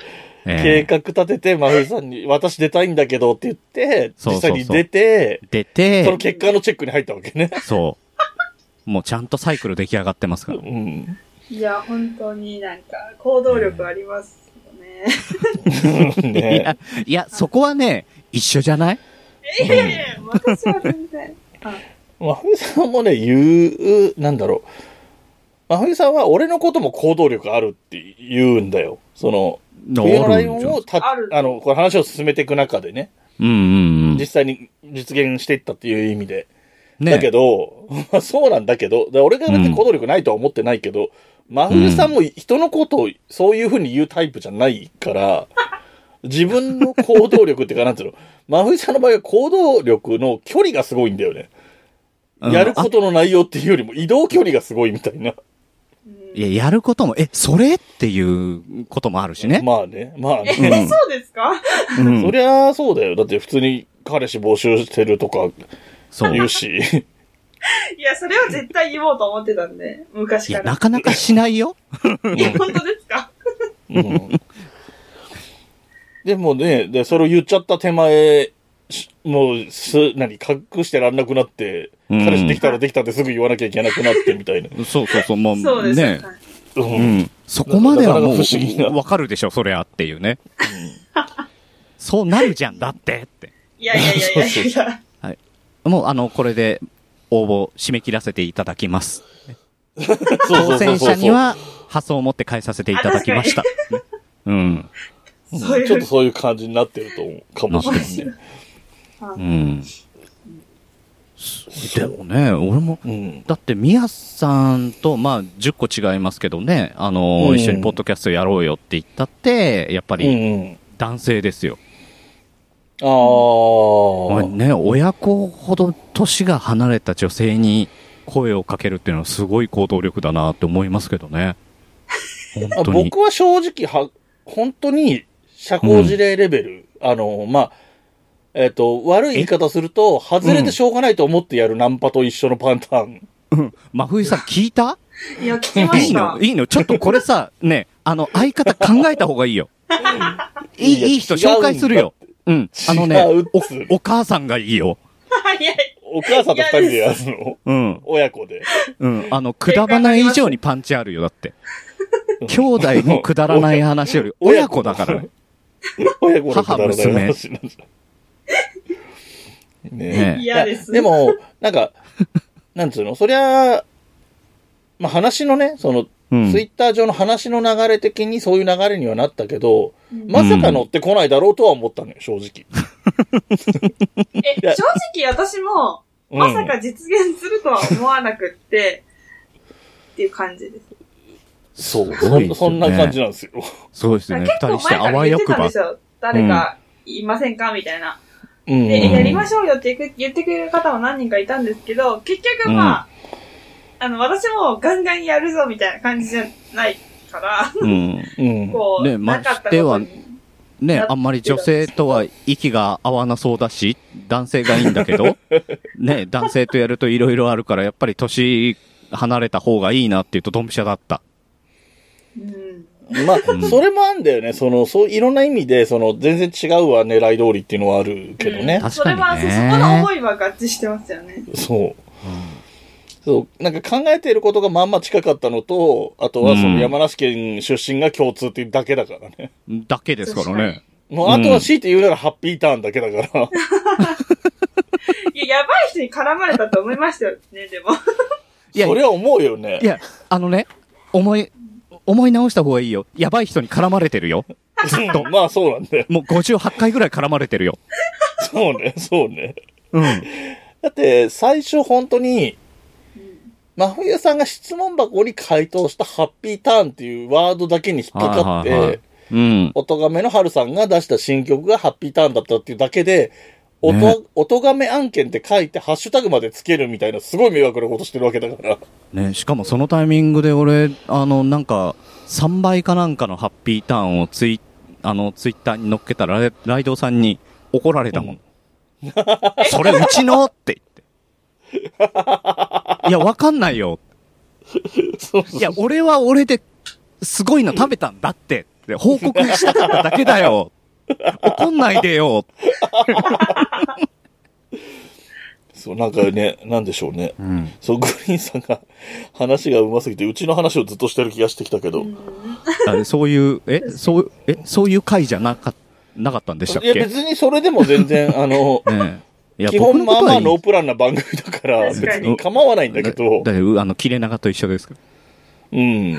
Speaker 2: 計
Speaker 3: ええ
Speaker 2: 画立てて、真冬さんに、私出たいんだけどって言って、
Speaker 3: そうそうそう
Speaker 2: 実際に出て、
Speaker 3: 出
Speaker 2: その
Speaker 3: て、
Speaker 2: 結果のチェックに入ったわけ ね。
Speaker 3: そう。もうちゃんとサイクル出来上がってますか
Speaker 2: う
Speaker 3: ら。
Speaker 2: ん。
Speaker 1: 当。いや、本当になんか、行動力ありますよね。
Speaker 3: い
Speaker 2: ね
Speaker 3: や、いや、そこはね、一緒じゃない
Speaker 1: いやいやいや、私は全然。あ
Speaker 2: 真冬さんもね、言う、なんだろう。真冬さんは俺のことも行動力あるって言うんだよ。その、冬のライオンをた、
Speaker 1: あ
Speaker 2: あ
Speaker 1: る
Speaker 2: の、これ話を進めていく中でね、
Speaker 3: うんうんうん
Speaker 2: 実。際に実現していったっていう意味で。だけ
Speaker 3: ね
Speaker 2: ど、 まあそうなんだけど、だから俺が別に行動力ないとは思ってないけど、真冬さんも人のことをそういうふうに言うタイプじゃない から、自分の行動力っていうか、なんていうの、真冬さんの場合は行動力の距離がすごいんだよね。
Speaker 3: うん
Speaker 2: やることの内容っていうよりも移動距離がすごいみたいな。
Speaker 1: うん
Speaker 3: いや、やることも、え、それっていうこともあるしね。
Speaker 2: まあね、まあね。
Speaker 3: う
Speaker 1: え、
Speaker 3: ん
Speaker 1: そうですか
Speaker 3: うん
Speaker 2: そりゃそうだよ。だって普通に彼氏募集してるとか
Speaker 3: そう。
Speaker 2: 言う し。
Speaker 1: いや、それは絶対言おうと思ってたんで、昔
Speaker 3: いや、
Speaker 1: か
Speaker 3: な
Speaker 1: ら。
Speaker 3: かなかしないよ。
Speaker 1: いや、本当ですか
Speaker 2: うんでもね、で、それを言っちゃった手前、しもう、す、何、隠してらんなくなって、
Speaker 3: うん
Speaker 2: 彼氏できたらできたってすぐ言わなきゃいけなくなってみたいな。
Speaker 3: そうそうそう、も
Speaker 1: そう
Speaker 3: う、
Speaker 1: です。
Speaker 3: ね。
Speaker 1: はい
Speaker 2: うん
Speaker 3: うん。そこまではも
Speaker 2: なかなか不思議な
Speaker 3: う、わかるでしょ、そりゃっていうね。そうなるじゃん、だってって。
Speaker 1: いやいやいやいや
Speaker 2: そう
Speaker 1: いや。
Speaker 3: もう、あの、これで、応募、締め切らせていただきます。
Speaker 2: そうそ
Speaker 3: 当
Speaker 2: うそう
Speaker 3: 選
Speaker 2: そう
Speaker 3: 者には、発送を持って返させていただきました。う
Speaker 2: う
Speaker 3: ん。
Speaker 2: ん
Speaker 1: そういう
Speaker 2: ちょっとそういう感じになってると思う、かもしれないね。
Speaker 3: うん。でもね、俺も、
Speaker 2: うん。
Speaker 3: だって、みやさんと、まあ、10個違いますけどね、あの、
Speaker 2: うん
Speaker 3: 一緒にポッドキャストやろうよって言ったって、やっぱ
Speaker 2: うん
Speaker 3: り、
Speaker 2: うん。
Speaker 3: 男性ですよ。
Speaker 2: ああ、
Speaker 3: ね、親子ほど年が離れた女性に声をかけるっていうのはすごい行動力だなって思いますけどね。
Speaker 2: あ
Speaker 3: 本当に。
Speaker 2: 僕は正直は、本当に社交辞令レベル、あの、まあ、えっ、と、悪い言い方すると、外れてしょうがないと思ってやるナンパと一緒のパンタン。
Speaker 3: 真冬さん聞いた
Speaker 1: いや、聞きま
Speaker 3: いい
Speaker 1: した
Speaker 3: の。いいのちょっとこ れさ、ね、あの、相方考えた方がいいよ。い
Speaker 2: い
Speaker 3: い
Speaker 2: や、
Speaker 3: いい人紹介するよ。うん。あのね
Speaker 2: 違うっつう、
Speaker 3: お、お母さんがいいよ。
Speaker 1: はいやい
Speaker 2: お母さんと二人でやるの
Speaker 3: うん。
Speaker 2: 親子で。
Speaker 3: うん。あの、くだらない以上にパンチあるよ、だって。兄弟のくだらない話より、親子 だからね。
Speaker 2: 親子のくだらない話なんじゃない。ね
Speaker 3: ね
Speaker 1: や、嫌です。
Speaker 2: いやで、も、なんか、なんつうの、そりゃ、まあ、話のね、その、
Speaker 3: うん
Speaker 2: ツイッター上の話の流れ的にそういう流れにはなったけど、まさか乗ってこないだろうとは思ったのよ、正直。
Speaker 1: え、正直私も、
Speaker 2: うん
Speaker 1: まさか実現するとは思わなくって、っていう感じです。
Speaker 2: そう、
Speaker 3: すごいですよ
Speaker 2: そ
Speaker 3: ね
Speaker 2: そんな 感じなんですよ。
Speaker 3: そうですね。
Speaker 1: 結
Speaker 3: 二
Speaker 1: 構
Speaker 3: 人
Speaker 1: 前
Speaker 3: して、
Speaker 1: か
Speaker 3: あ
Speaker 1: ら
Speaker 3: わ
Speaker 1: 言
Speaker 3: よ
Speaker 1: って
Speaker 3: く
Speaker 1: たん
Speaker 3: ば
Speaker 1: です。よ。誰かいませんかみたいな。
Speaker 2: うん
Speaker 1: で、
Speaker 3: うん
Speaker 1: やりましょうよって言く言ってくれる方も何人かいたんですけど、結局まあ、あの、私もガンガンやるぞみたいな感じじゃないから、
Speaker 3: うん。
Speaker 2: うん。
Speaker 1: こう、
Speaker 3: ねまあ
Speaker 1: なかったことに。
Speaker 3: ね
Speaker 1: や、って
Speaker 3: あんまり女性とは息が合わなそうだし、男性がいいんだけ ど、ね、男性とやると色々あるから、やっぱり年離れた方がいいなっていうとドンピシャだった。
Speaker 1: うん。
Speaker 2: まあ
Speaker 3: うん、
Speaker 2: それもあんだよね。その、そう、いろんな意味で、その、全然違うは狙い通りっていうのはあるけどね
Speaker 1: うん。
Speaker 3: 確かにね
Speaker 1: それは、そそこの思いは合致してますよね。
Speaker 2: そう。そう、なんか考えていることがまんま近かったのと、あとはそ
Speaker 3: うん
Speaker 2: の山梨県出身が共通っていうだけだからね。
Speaker 3: だけですからね。
Speaker 2: もう、あとは強いて言うならハッピーターンだけだから。
Speaker 1: いや、やばい人に絡まれたと思いましたよね、で も。
Speaker 3: いや、
Speaker 2: そ
Speaker 3: い
Speaker 2: れは思うよね。
Speaker 3: や、あのね、思い、思い直した方がいいよ。やばい人に絡まれてるよ。
Speaker 2: うん まあ、そうなんだよ。
Speaker 3: もう58回ぐらい絡まれてるよ。
Speaker 2: そうね、そうね。
Speaker 3: うん。
Speaker 2: だって、最初本当に、真冬さんが質問箱に回答したハッピーターンっていうワードだけに引っかかっ
Speaker 3: はいはいは
Speaker 2: て
Speaker 3: い、うん。
Speaker 2: 音亀の春さんが出した新曲がハッピーターンだったっていうだけで、音、
Speaker 3: ね
Speaker 2: 音亀案件って書いてハッシュタグまでつけるみたいなすごい迷惑なことしてるわけだから。
Speaker 3: ね、しかもそのタイミングで俺、あの、なんか、3倍かなんかのハッピーターンをツイ、あの、ツイッターに載っけたら、ライライドウさんに怒られたもん。それうちのって言って。いや、わかんないよ。
Speaker 2: そう
Speaker 3: いや、俺は俺で、すごいの食べたんだって。で報告したかっただけだよ。怒んないでよ。
Speaker 2: そう、なんかね、なんでしょうね。
Speaker 3: うん。
Speaker 2: そう、グリーンさんが話がうますぎて、うちの話をずっとしてる気がしてきたけど。
Speaker 3: そういう、え、そう、え、そういう回じゃなか、なかったんでしたっ
Speaker 2: いや、
Speaker 3: け
Speaker 2: 別にそれでも全然、あの、
Speaker 3: ねえいや
Speaker 2: 基本まあまあ
Speaker 3: 僕
Speaker 2: ノ
Speaker 3: の
Speaker 2: ープランな番組だから、別
Speaker 1: 確かに
Speaker 2: に構わないんだけ
Speaker 3: ことはい
Speaker 2: ど
Speaker 3: いだ。だってあの、切れ長と一緒ですか
Speaker 2: うん。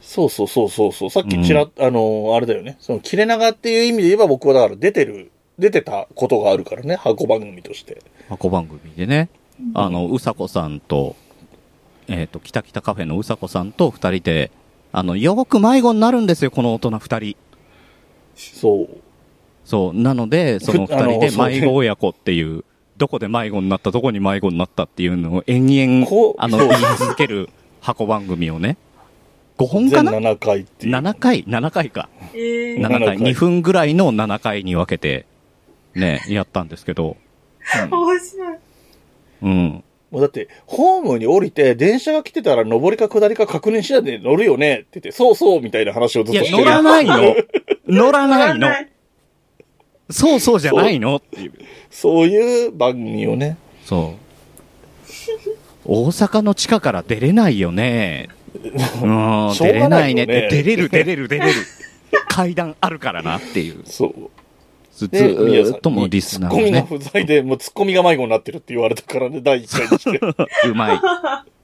Speaker 2: そうそうそうそうそう。さっきちら、あの、あれだよね。その切れ長っていう意味で言えば僕はだから出てる、出てたことがあるからね、箱番組として。
Speaker 3: 箱番組でね、あの、うさこさんと、えっ、と、きたきたカフェのうさこさんと二人で、あの、よく迷子になるんですよ、この大人二人。
Speaker 2: そう。
Speaker 3: そう。なので、その
Speaker 2: ふ
Speaker 3: 二人で
Speaker 2: あのそう
Speaker 3: 迷子親子っていう、どこで迷子になった、どこに迷子になったっていうのを延々
Speaker 2: こ、う
Speaker 3: あの、
Speaker 2: そ
Speaker 3: 言
Speaker 2: う
Speaker 3: い続ける箱番組をね、5本かな
Speaker 2: 全7回っていう。
Speaker 3: ?7 回、7回か。
Speaker 1: ええ
Speaker 2: な
Speaker 1: ー。
Speaker 3: 7
Speaker 2: 回
Speaker 3: 回、2分ぐらいの7回に分けて、ね、やったんですけど、
Speaker 1: 面白い。
Speaker 3: うん。
Speaker 2: もうだって、ホームに降りて、電車が来てたら上りか下りか確認しないで乗るよねって言って、そうそうみたいな話をずっ
Speaker 3: いや
Speaker 2: と、して
Speaker 3: 乗
Speaker 2: るや
Speaker 3: ら
Speaker 2: ん。
Speaker 3: ないの 乗ら
Speaker 1: 乗
Speaker 3: な
Speaker 1: ら
Speaker 3: いの
Speaker 1: ない
Speaker 3: そうそうじゃないのっていう。
Speaker 2: そういう番組をね。
Speaker 3: そう。大阪の地下から出れないよね。うん、
Speaker 2: しょ
Speaker 3: 出
Speaker 2: う
Speaker 3: れ
Speaker 2: が
Speaker 3: な
Speaker 2: ないい
Speaker 3: ねっ
Speaker 2: よね
Speaker 3: て、出れる、出れる、出れる。階段あるからなっていう。
Speaker 2: そう。
Speaker 3: ずず
Speaker 2: で、宮さん
Speaker 3: ーっともリスナー
Speaker 2: ツッコミ
Speaker 3: が
Speaker 2: が
Speaker 3: ね、
Speaker 2: 不在で、もうツッコミが迷子になってるって言われたからね、第1回にして。
Speaker 3: うまい。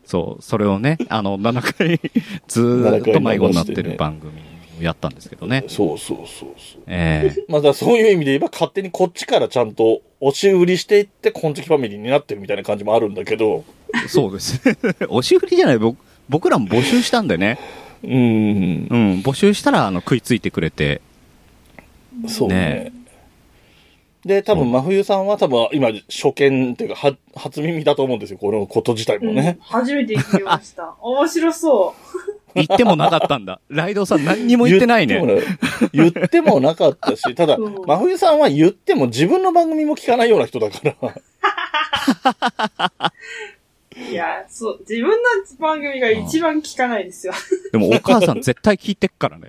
Speaker 3: そう、それをね、あの、7回、 ずーっと迷子になってる番組をやったんですけどね。
Speaker 2: そうそうそうそう。
Speaker 3: ええ
Speaker 2: まあ、だからそういう意味で言えば勝手にこっちからちゃんと押し売りしていって、金色ファミリーになってるみたいな感じもあるんだけど、
Speaker 3: そうです。 押し振りじゃない、僕、僕らも募集したんでね。
Speaker 2: うーん、
Speaker 3: うん、募集したら、あの、食いついてくれて。
Speaker 2: そうね。
Speaker 3: ね
Speaker 2: で、多
Speaker 3: そう
Speaker 2: 分、真冬さんは多分、今、初見っていうか、は、初耳だと思うんですよ、このこと自体
Speaker 1: う
Speaker 2: も
Speaker 1: ん
Speaker 2: ね。
Speaker 1: 初めて聞きま した。面白そ
Speaker 3: 言ってもなかった んだ。ライドウさん何にも言ってないね。
Speaker 2: 言っても言ってもなかったし、 ただ、
Speaker 1: そう
Speaker 2: 真冬さんは言っても自分の番組も聞かないような人だから、
Speaker 1: う。いや、そう、自分の番組が一番聞かない ですよ。
Speaker 3: でもお母さん絶対聞いてっからね。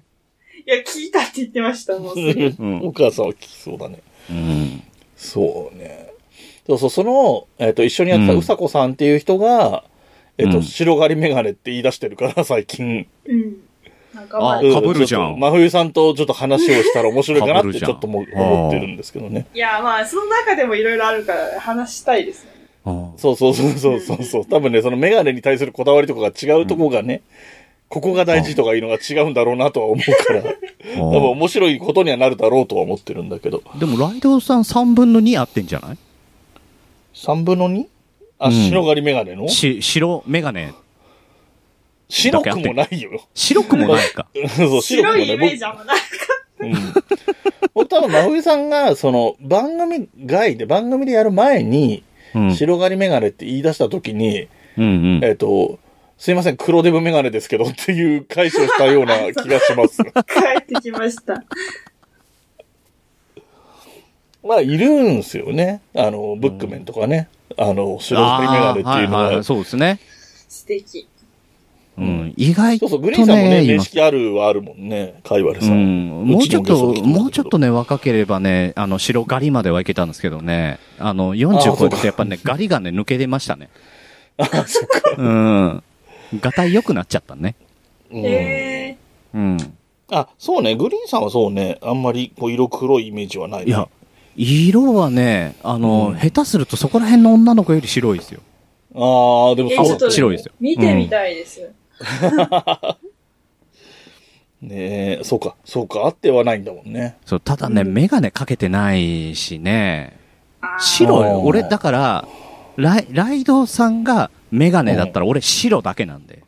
Speaker 1: いや、聞いたって言ってました、もうすぐ。
Speaker 3: うん
Speaker 2: お母さんは聞きそうだね。
Speaker 3: うん。
Speaker 2: そうね。そうそう、その、えっ、と、一緒にやってた
Speaker 3: うん
Speaker 2: うさこさんっていう人が、えっ、と、
Speaker 3: うん
Speaker 2: 白刈りメガネって言い出してるから、最近。
Speaker 1: うん。仲間
Speaker 3: あ
Speaker 1: で。
Speaker 3: 被るじゃ
Speaker 2: うちょ
Speaker 3: ん
Speaker 2: っと真冬さんとちょっと話をしたら面白いかな
Speaker 3: 被
Speaker 2: っ
Speaker 3: る
Speaker 2: てち
Speaker 3: じゃん
Speaker 2: ょっとも思ってるんですけどね。
Speaker 1: いや、まあ、その中でもいろいろあるから話したいですね。
Speaker 3: あ
Speaker 2: そうそうそうそうそうそう。多分ね、そのメガネに対するこだわりとかが違うとこがね、ここが大事とかいうのが違うんだろうなとは思うから、多分面白いことにはなるだろうとは思ってるんだけど。
Speaker 3: でもライドウさん3分の2合ってんじゃない
Speaker 2: 3分の 2?
Speaker 3: う
Speaker 2: あ、
Speaker 3: ん
Speaker 2: 白刈りメガネの、
Speaker 3: し、白メガネ。
Speaker 2: 白くもないよ。
Speaker 3: 白くもない か。
Speaker 2: そう、
Speaker 1: 白
Speaker 2: 白くもない
Speaker 1: イ
Speaker 2: い。
Speaker 1: メージあんまない。
Speaker 2: うん僕多分、真冬さんが、その、番組外で、番組でやる前に、
Speaker 3: うん。
Speaker 2: 白刈りメガネって言い出した時に、
Speaker 3: うん
Speaker 2: えっ、と、すいません、黒デブメガネですけどっていう解消したよ うな気がします。
Speaker 1: 帰ってきました。
Speaker 2: まあ、いるんすよね。あの、ブックメンとかね。あの、白刈りメガネっていうの
Speaker 3: あーは
Speaker 2: は。
Speaker 3: いはいそうですね。
Speaker 1: 素敵。
Speaker 3: うん。意外
Speaker 2: そ
Speaker 3: と
Speaker 2: うそう、グリーンさんもね、
Speaker 3: ね、
Speaker 2: 面
Speaker 3: 今
Speaker 2: 識あるはあるもんね、カイワレ
Speaker 3: う
Speaker 2: さん。
Speaker 3: ん、もうちょっ
Speaker 2: うちのゲ
Speaker 3: と
Speaker 2: スト来て、たけど
Speaker 3: もうちょっとね、若ければね、あの、白ガリまではいけたんですけどね、あの、
Speaker 2: あ
Speaker 3: 40
Speaker 2: ーそ
Speaker 3: 超え
Speaker 2: う
Speaker 3: て
Speaker 2: か
Speaker 3: やっぱね、ガリがね、抜け出ましたね。
Speaker 2: あ、そっか。
Speaker 3: うん。ガタイ良くなっちゃったね。
Speaker 2: うん
Speaker 1: え
Speaker 3: うん。
Speaker 2: あ、そうね、グリーンさんはそうね、あんまりこう色黒いイメージはない、
Speaker 3: いや、、色はね、あの、
Speaker 2: うん
Speaker 3: 下手するとそこら辺の女の子より白いですよ。
Speaker 2: あー、でも
Speaker 1: え
Speaker 2: そう
Speaker 1: ちょ
Speaker 2: だ
Speaker 1: っと
Speaker 2: ね
Speaker 3: 白いですよ
Speaker 1: ー、。見てみたいです。
Speaker 2: ねえ、そうか、そうか、あってはないんだもんね。
Speaker 3: そう、ただね、
Speaker 1: うん
Speaker 3: メガネかけてないしね、
Speaker 1: あー
Speaker 3: 白
Speaker 2: あ
Speaker 3: よ。
Speaker 2: ー
Speaker 3: 俺、だから、ライ、ライドウさんがメガネだったら俺白だけなん で。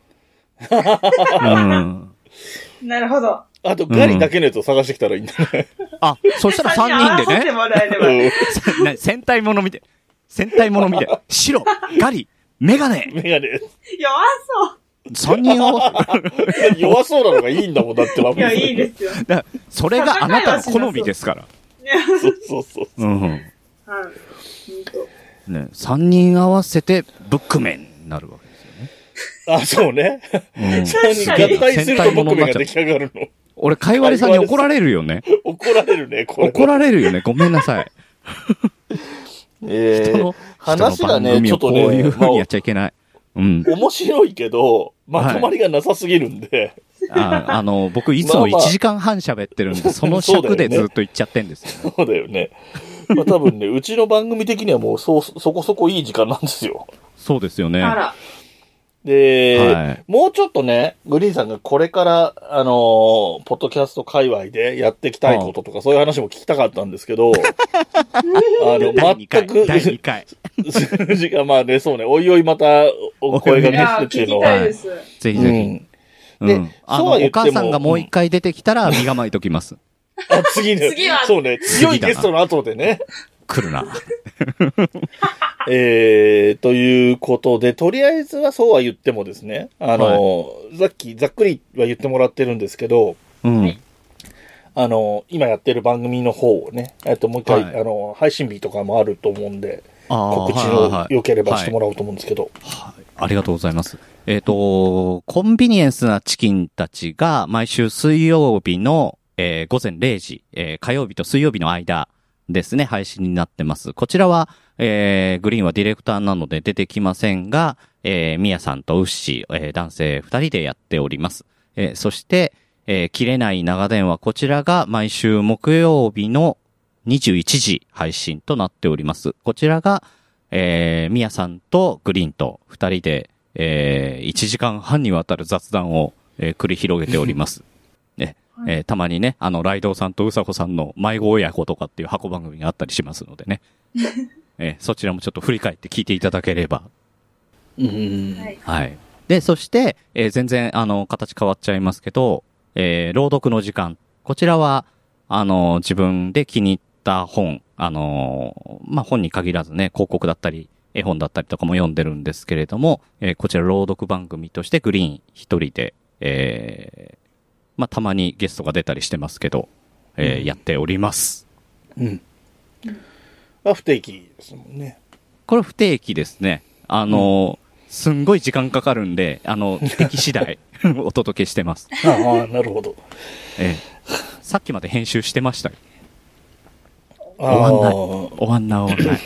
Speaker 3: うん。
Speaker 1: なるほど。
Speaker 2: あと、ガリだけのやつを探してきたらいいんだね。
Speaker 3: あ、そしたら3人で
Speaker 1: 合わせて
Speaker 3: ね、
Speaker 1: もらえれ ば。
Speaker 2: うん
Speaker 3: な戦隊もの見て、戦隊もの見て、白、ガリ、メガネ、
Speaker 2: メガネ。
Speaker 1: 弱そ
Speaker 3: 3人合わせ
Speaker 2: 弱そうなのがいいんだもん、だっては。
Speaker 1: う。いや、いいですよ。
Speaker 3: だからそれがあなたの好みですから。
Speaker 2: そうそう そう。
Speaker 3: うん。
Speaker 1: はい。ほんと
Speaker 3: ね、3人合わせてブックメンになるわけです
Speaker 2: あ、そ
Speaker 3: よね。
Speaker 2: うね。
Speaker 3: うん
Speaker 2: そういうのに合体すると僕が出来上がるの。
Speaker 3: 俺、かいわれさんに怒られるよね。
Speaker 2: 怒られるね、これ。
Speaker 3: 怒られるよね。ごめんなさい。
Speaker 2: え
Speaker 3: 人の、
Speaker 2: 話
Speaker 3: 人の
Speaker 2: が
Speaker 3: 番
Speaker 2: ね、
Speaker 3: 組
Speaker 2: ちょ
Speaker 3: を
Speaker 2: っ
Speaker 3: ことういう
Speaker 2: ね、
Speaker 3: 風
Speaker 2: ま
Speaker 3: にやっちゃいけない。うん。
Speaker 2: あ面白いけど、まとまりがなさすぎるんで。
Speaker 3: ああの、僕いつも1時間半喋ってるんで、その尺でずっと言っちゃってんですよね。
Speaker 2: そうだよね。まあ多分ね、うちの番組的にはもうそう、そこそこいい時間なんですよ。
Speaker 3: そうですよね。
Speaker 1: あら。
Speaker 2: で、
Speaker 3: はい
Speaker 2: もうちょっとね、グリーンさんがこれから、あのーポッドキャスト界隈でやっていきたいこととか、そういう話も聞きたかったんですけど、あ
Speaker 3: 第
Speaker 2: の、
Speaker 3: 2
Speaker 2: 全
Speaker 3: 回。
Speaker 2: く、
Speaker 3: 第2回。
Speaker 2: 数字がまあね、そうね、おいおいまたお声が
Speaker 1: い
Speaker 2: けし
Speaker 1: や、
Speaker 2: てってい
Speaker 1: 聞
Speaker 2: うの
Speaker 1: き
Speaker 2: は。
Speaker 1: たいです。
Speaker 3: ぜひ
Speaker 2: う
Speaker 3: ぜ
Speaker 2: ん。
Speaker 3: ひ。
Speaker 2: で
Speaker 3: うん。あ
Speaker 2: そう
Speaker 3: の、
Speaker 2: は言
Speaker 3: お
Speaker 2: っても
Speaker 3: 母さんがもう一回出てきたら身構えときます。
Speaker 2: あ、次ね。
Speaker 1: 次は
Speaker 2: そうね、強いゲストの後でね。
Speaker 3: 来るな。
Speaker 2: えー、ということで、とりあえずはそうは言ってもですね、あの、さっきざっくりは言ってもらってるんですけど、
Speaker 3: うん。
Speaker 2: あの、今やってる番組の方をね、えっと、もう一回、
Speaker 3: はい
Speaker 2: あの、配信日とかもあると思うんで、
Speaker 3: あー
Speaker 2: 告知
Speaker 3: はいはい
Speaker 2: を
Speaker 3: はい
Speaker 2: 良ければしてもらおうと思うんですけど。
Speaker 3: ありがとうございます。えっ、と、コンビニエンスなチキンたちが毎週水曜日の、えー午前0時、えー火曜日と水曜日の間ですね、配信になってます。こちらは、えーグリーンはディレクターなので出てきませんが、えーミヤさんとウッシー、えー男性二人でやっております。えーそして、えー切れない長電話、こちらが毎週木曜日の21時配信となっております。こちらが、えー、ミヤさんとグリーンと二人で、えー、1時間半にわたる雑談を、えー繰り広げております。ね、えーたまにね、あの、ライドウさんとウサコさんの迷子親子とかっていう箱番組があったりしますのでね。えーそちらもちょっと振り返って聞いていただければ
Speaker 2: うん
Speaker 1: はい。
Speaker 3: はい。で、そして、えー全然、あの、形変わっちゃいますけど、えー朗読の時間。こちらは、あの、自分で気に入った本、あの、まあ、本に限らずね、広告だったり、絵本だったりとかも読んでるんですけれども、えーこちら朗読番組としてグリーン一人で、えーまあ、たまにゲストが出たりしてますけど、えー
Speaker 2: うん
Speaker 3: やっております。
Speaker 2: うん。まあ、不定期ですもんね。
Speaker 3: これ不定期ですね。あの、すんごい時間かかるんで、あの、敵 次第お届けしてます。
Speaker 2: ああ、なるほど。
Speaker 3: ええ、さっきまで編集してました。
Speaker 2: あ
Speaker 3: 終わんない。
Speaker 2: ー
Speaker 3: 終わんな、終わんない。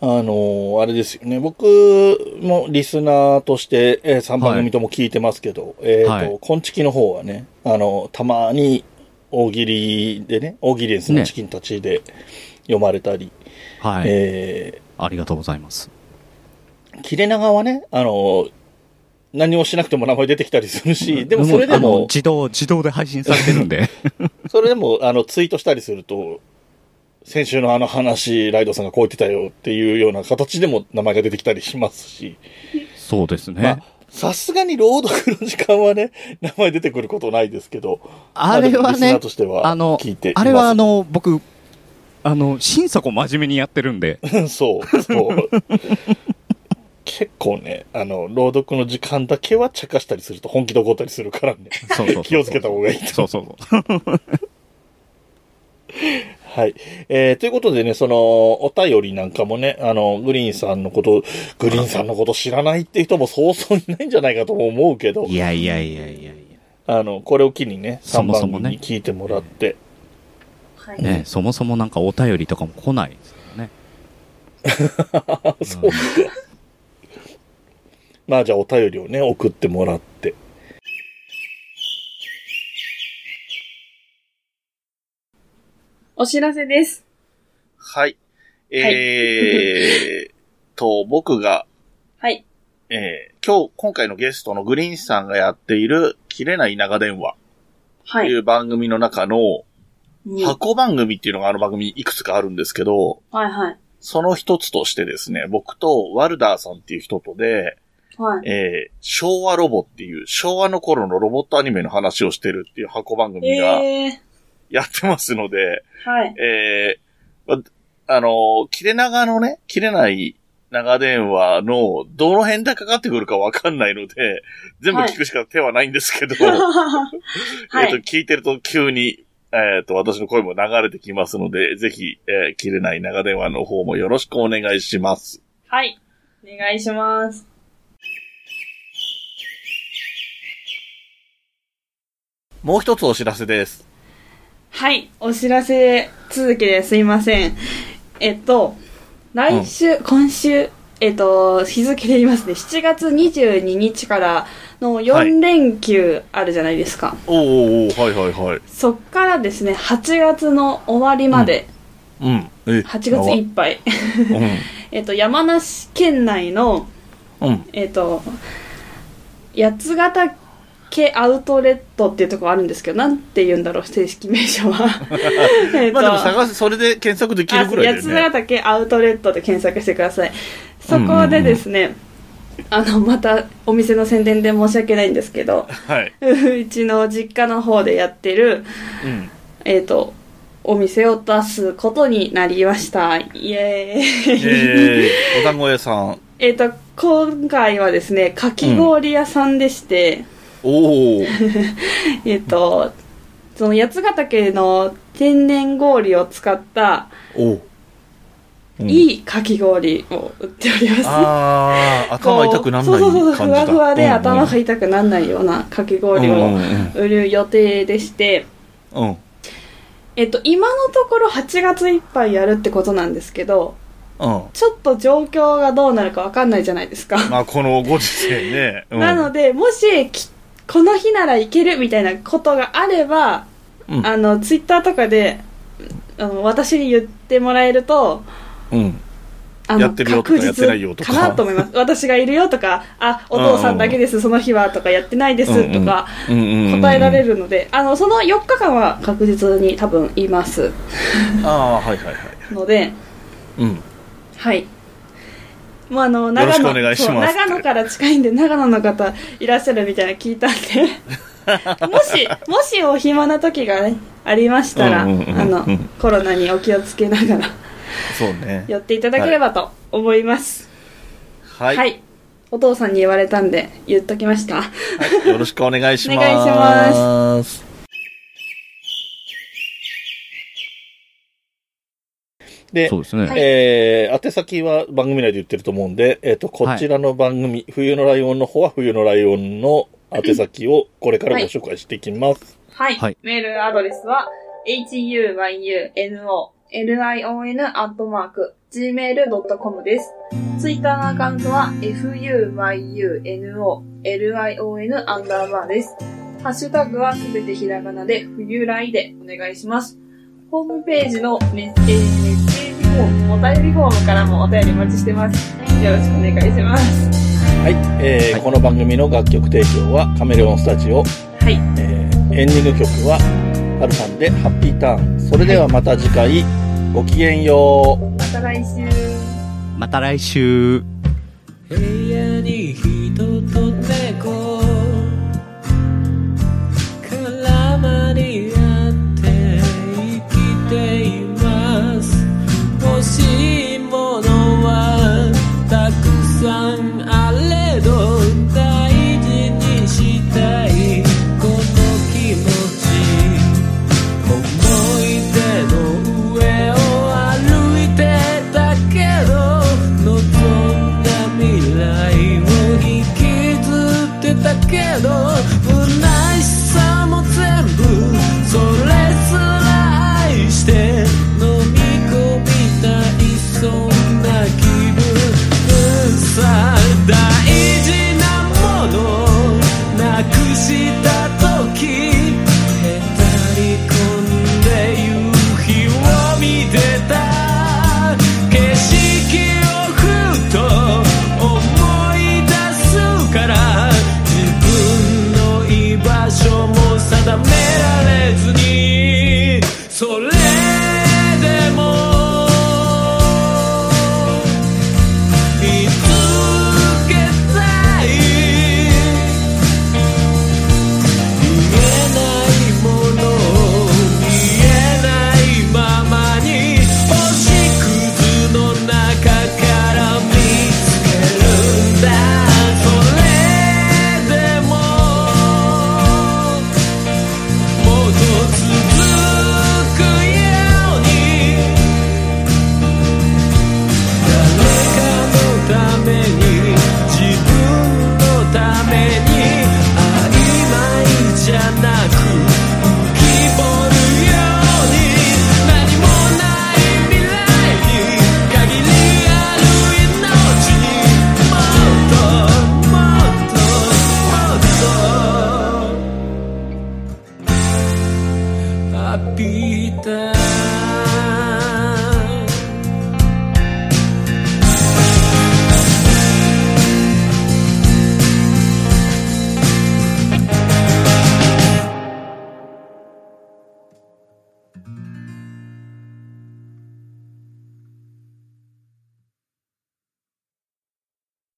Speaker 2: あのーあれですよね。僕もリスナーとして、え3番組とも聞いてますけど、えっ、
Speaker 3: はい
Speaker 2: と、昆虫の方はね、あの、たまに大喜利でね、大喜利ですね、
Speaker 3: ね
Speaker 2: チキンたちで読まれたり、
Speaker 3: はい、
Speaker 2: え
Speaker 3: ありがとうございます。
Speaker 2: ー切れ長はね、あのー何もしなくても名前出てきたりするし、でもそれで
Speaker 3: あの
Speaker 2: も、
Speaker 3: 自動、自動で配信されてるんで。
Speaker 2: それでも、あの、ツイートしたりすると、先週のあの話、ライドさんがこう言ってたよっていうような形でも名前が出てきたりしますし、
Speaker 3: そうですね。
Speaker 2: まあ、さすがに朗読の時間はね、名前出てくることないですけど、
Speaker 3: あれ
Speaker 2: まあでも
Speaker 3: は
Speaker 2: リスナー
Speaker 3: ね
Speaker 2: と、しては
Speaker 3: あの
Speaker 2: 聞いてい、ます
Speaker 3: あれはあの、僕、あの、審査を真面目にやってるんで、
Speaker 2: そう、そう。結構ね、あの、朗読の時間だけは茶化したりすると本気で怒ったりするからね、
Speaker 3: そうそうそう
Speaker 2: 気をつけた方がいいと。
Speaker 3: そうそうそう。
Speaker 2: はい。えーということでね、その、お便りなんかもね、あの、グリーンさんのこと、グリーンさんのこと知らないって人もそうそういないんじゃないかとも思うけど
Speaker 3: い、やいやいやいやい
Speaker 2: あの、これを機にね、
Speaker 3: そ
Speaker 2: 3
Speaker 3: もそ
Speaker 2: 番
Speaker 3: もね
Speaker 2: 組に聞いてもらって、
Speaker 1: はい
Speaker 3: や。ね、そもそもなんかお便りとかも来ないですからね。
Speaker 2: あそうか。まあじゃあお便りをね、送ってもらって。
Speaker 1: お知らせです。
Speaker 2: はい。えー、と、僕が、
Speaker 1: はい。
Speaker 2: えー、今日、今回のゲストのグリーンさんがやっている、切れない長電話と
Speaker 1: はいい。
Speaker 2: う番組の中の、
Speaker 1: うん
Speaker 2: 箱番組っていうのがあの番組いくつかあるんですけど、
Speaker 1: はいはい。
Speaker 2: その一つとしてですね、僕とワルダーさんっていう人とで、
Speaker 1: はい。
Speaker 2: えー昭和ロボっていう、昭和の頃のロボットアニメの話をしてるっていう箱番組が
Speaker 1: ええ
Speaker 2: やってますので、
Speaker 1: ー、はい。
Speaker 2: えーまあの、切れ長のね、切れない長電話の、どの辺でかかってくるかわかんないので、全部聞くしか手はないんですけど、
Speaker 1: は
Speaker 2: えっ
Speaker 1: い。
Speaker 2: と、聞いてると急に、えっ、と、私の声も流れてきますので、ぜひ、えー切れない長電話の方もよろしくお願いします。
Speaker 1: はい。お願いします。
Speaker 2: もう一つお知らせです。
Speaker 1: はい。お知らせ続きですいません。えっと、来週、今週、えっと、日付で言いますね。7月22日からの4連休あるじゃないですか。
Speaker 2: おーおーおーはいはいはい。
Speaker 1: そっからですね、8月の終わりまで、
Speaker 2: うん。え
Speaker 1: 8月いっぱい。
Speaker 2: う
Speaker 1: えっと、山梨県内の、
Speaker 2: ん。うん。
Speaker 1: えっと、八ヶ岳アウトレットっていうところあるんですけど、なんて言うんだろう、正式名称 は。えっ
Speaker 2: ま
Speaker 1: と
Speaker 2: あでも探す、それで検索できるぐらいだよ
Speaker 1: あ八ヶ
Speaker 2: ね。
Speaker 1: 岳アウトレットで検索してくださいそこでですね、あのまたお店の宣伝で申し訳ないんですけど
Speaker 2: はい。
Speaker 1: うちの実家の方でやってる
Speaker 2: うん。
Speaker 1: えっ、とお店を出すことになりましたイエーイ
Speaker 2: えー、お団子屋さん。
Speaker 1: えっと今回はですねかき氷屋さんでして、
Speaker 2: おお。
Speaker 1: えっ、とその八ヶ岳の天然氷を使った
Speaker 2: おお。うん
Speaker 1: いいかき氷を売っております、
Speaker 2: ああ、頭痛くなんない
Speaker 1: こ
Speaker 2: 感
Speaker 1: う
Speaker 2: じだ。
Speaker 1: そうそうそうふわふわで頭が
Speaker 2: い
Speaker 1: 痛くならないようなかき
Speaker 2: うん
Speaker 1: 氷
Speaker 2: うん
Speaker 1: を売る予定でして、
Speaker 2: うん。うん。
Speaker 1: えっと、今のところ8月いっぱいやるってことなんですけど
Speaker 2: うん。
Speaker 1: ちょっと状況がどうなるかわかんないじゃないですか、
Speaker 2: まあこのご時世ね。うん
Speaker 1: なのでもしきこの日ならいけるみたいなことがあれば、
Speaker 2: うん
Speaker 1: あのツイッターとかであの私に言ってもらえると
Speaker 2: うん。
Speaker 1: あの
Speaker 2: やってるよとか
Speaker 1: 確実
Speaker 2: やってないよとか
Speaker 1: なと思います 私がいるよとかあお父さんだけですその日はとかやってないですとか、
Speaker 2: うんうんうん
Speaker 1: 答えられるので、あのその4日間は確実に多分言います
Speaker 2: ああーはいはいはい
Speaker 1: ので
Speaker 2: うん
Speaker 1: はいもうあの
Speaker 2: よろ
Speaker 1: 長
Speaker 2: しく
Speaker 1: 野
Speaker 2: お願いします
Speaker 1: そう長野から近いんで長野の方いらっしゃるみたいなの聞いたんで もしもしお暇な時がねありましたら、
Speaker 2: うんうんうんうん
Speaker 1: あのコロナにお気をつけながら
Speaker 2: そうね
Speaker 1: やっていただければと思います
Speaker 2: は、
Speaker 1: はいい、お父さんに言われたんで言っときました
Speaker 2: はいよろしくお願いします
Speaker 1: お願いします
Speaker 2: で
Speaker 3: そうですね。
Speaker 1: はい
Speaker 2: えー、宛先は番組内で言ってると思うんで、えっとこちらの番組、冬のライオンの方は冬のライオンの宛先をこれからご紹介していきます、
Speaker 1: はい。
Speaker 3: はい
Speaker 1: メールアドレスは、huYuno,lion.gmail.com です。ツイッターのアカウントは、fuyuno,lion アンダーバーです。ハッシュタグはすべてひらがなで、冬来でお願いします。ホームページのメッセージ、えーメッセージフォーム、お便りフォームからもお便りお待ちしてます。よろしくお願いします。
Speaker 2: はいえー
Speaker 3: はい
Speaker 2: この番組の楽曲提供はカメレオンスタジオ
Speaker 1: はい。
Speaker 2: えーエンディング曲は、ハルさんで、ハッピーターン。それではまた次回、ごきげんよう。
Speaker 1: また来週。
Speaker 3: また来週。
Speaker 4: 部屋に人と猫絡まり合って生きています欲しいものはたくさんあれど大事にしたいこの気持ち思い出の上を歩いてたけど望んだ未来た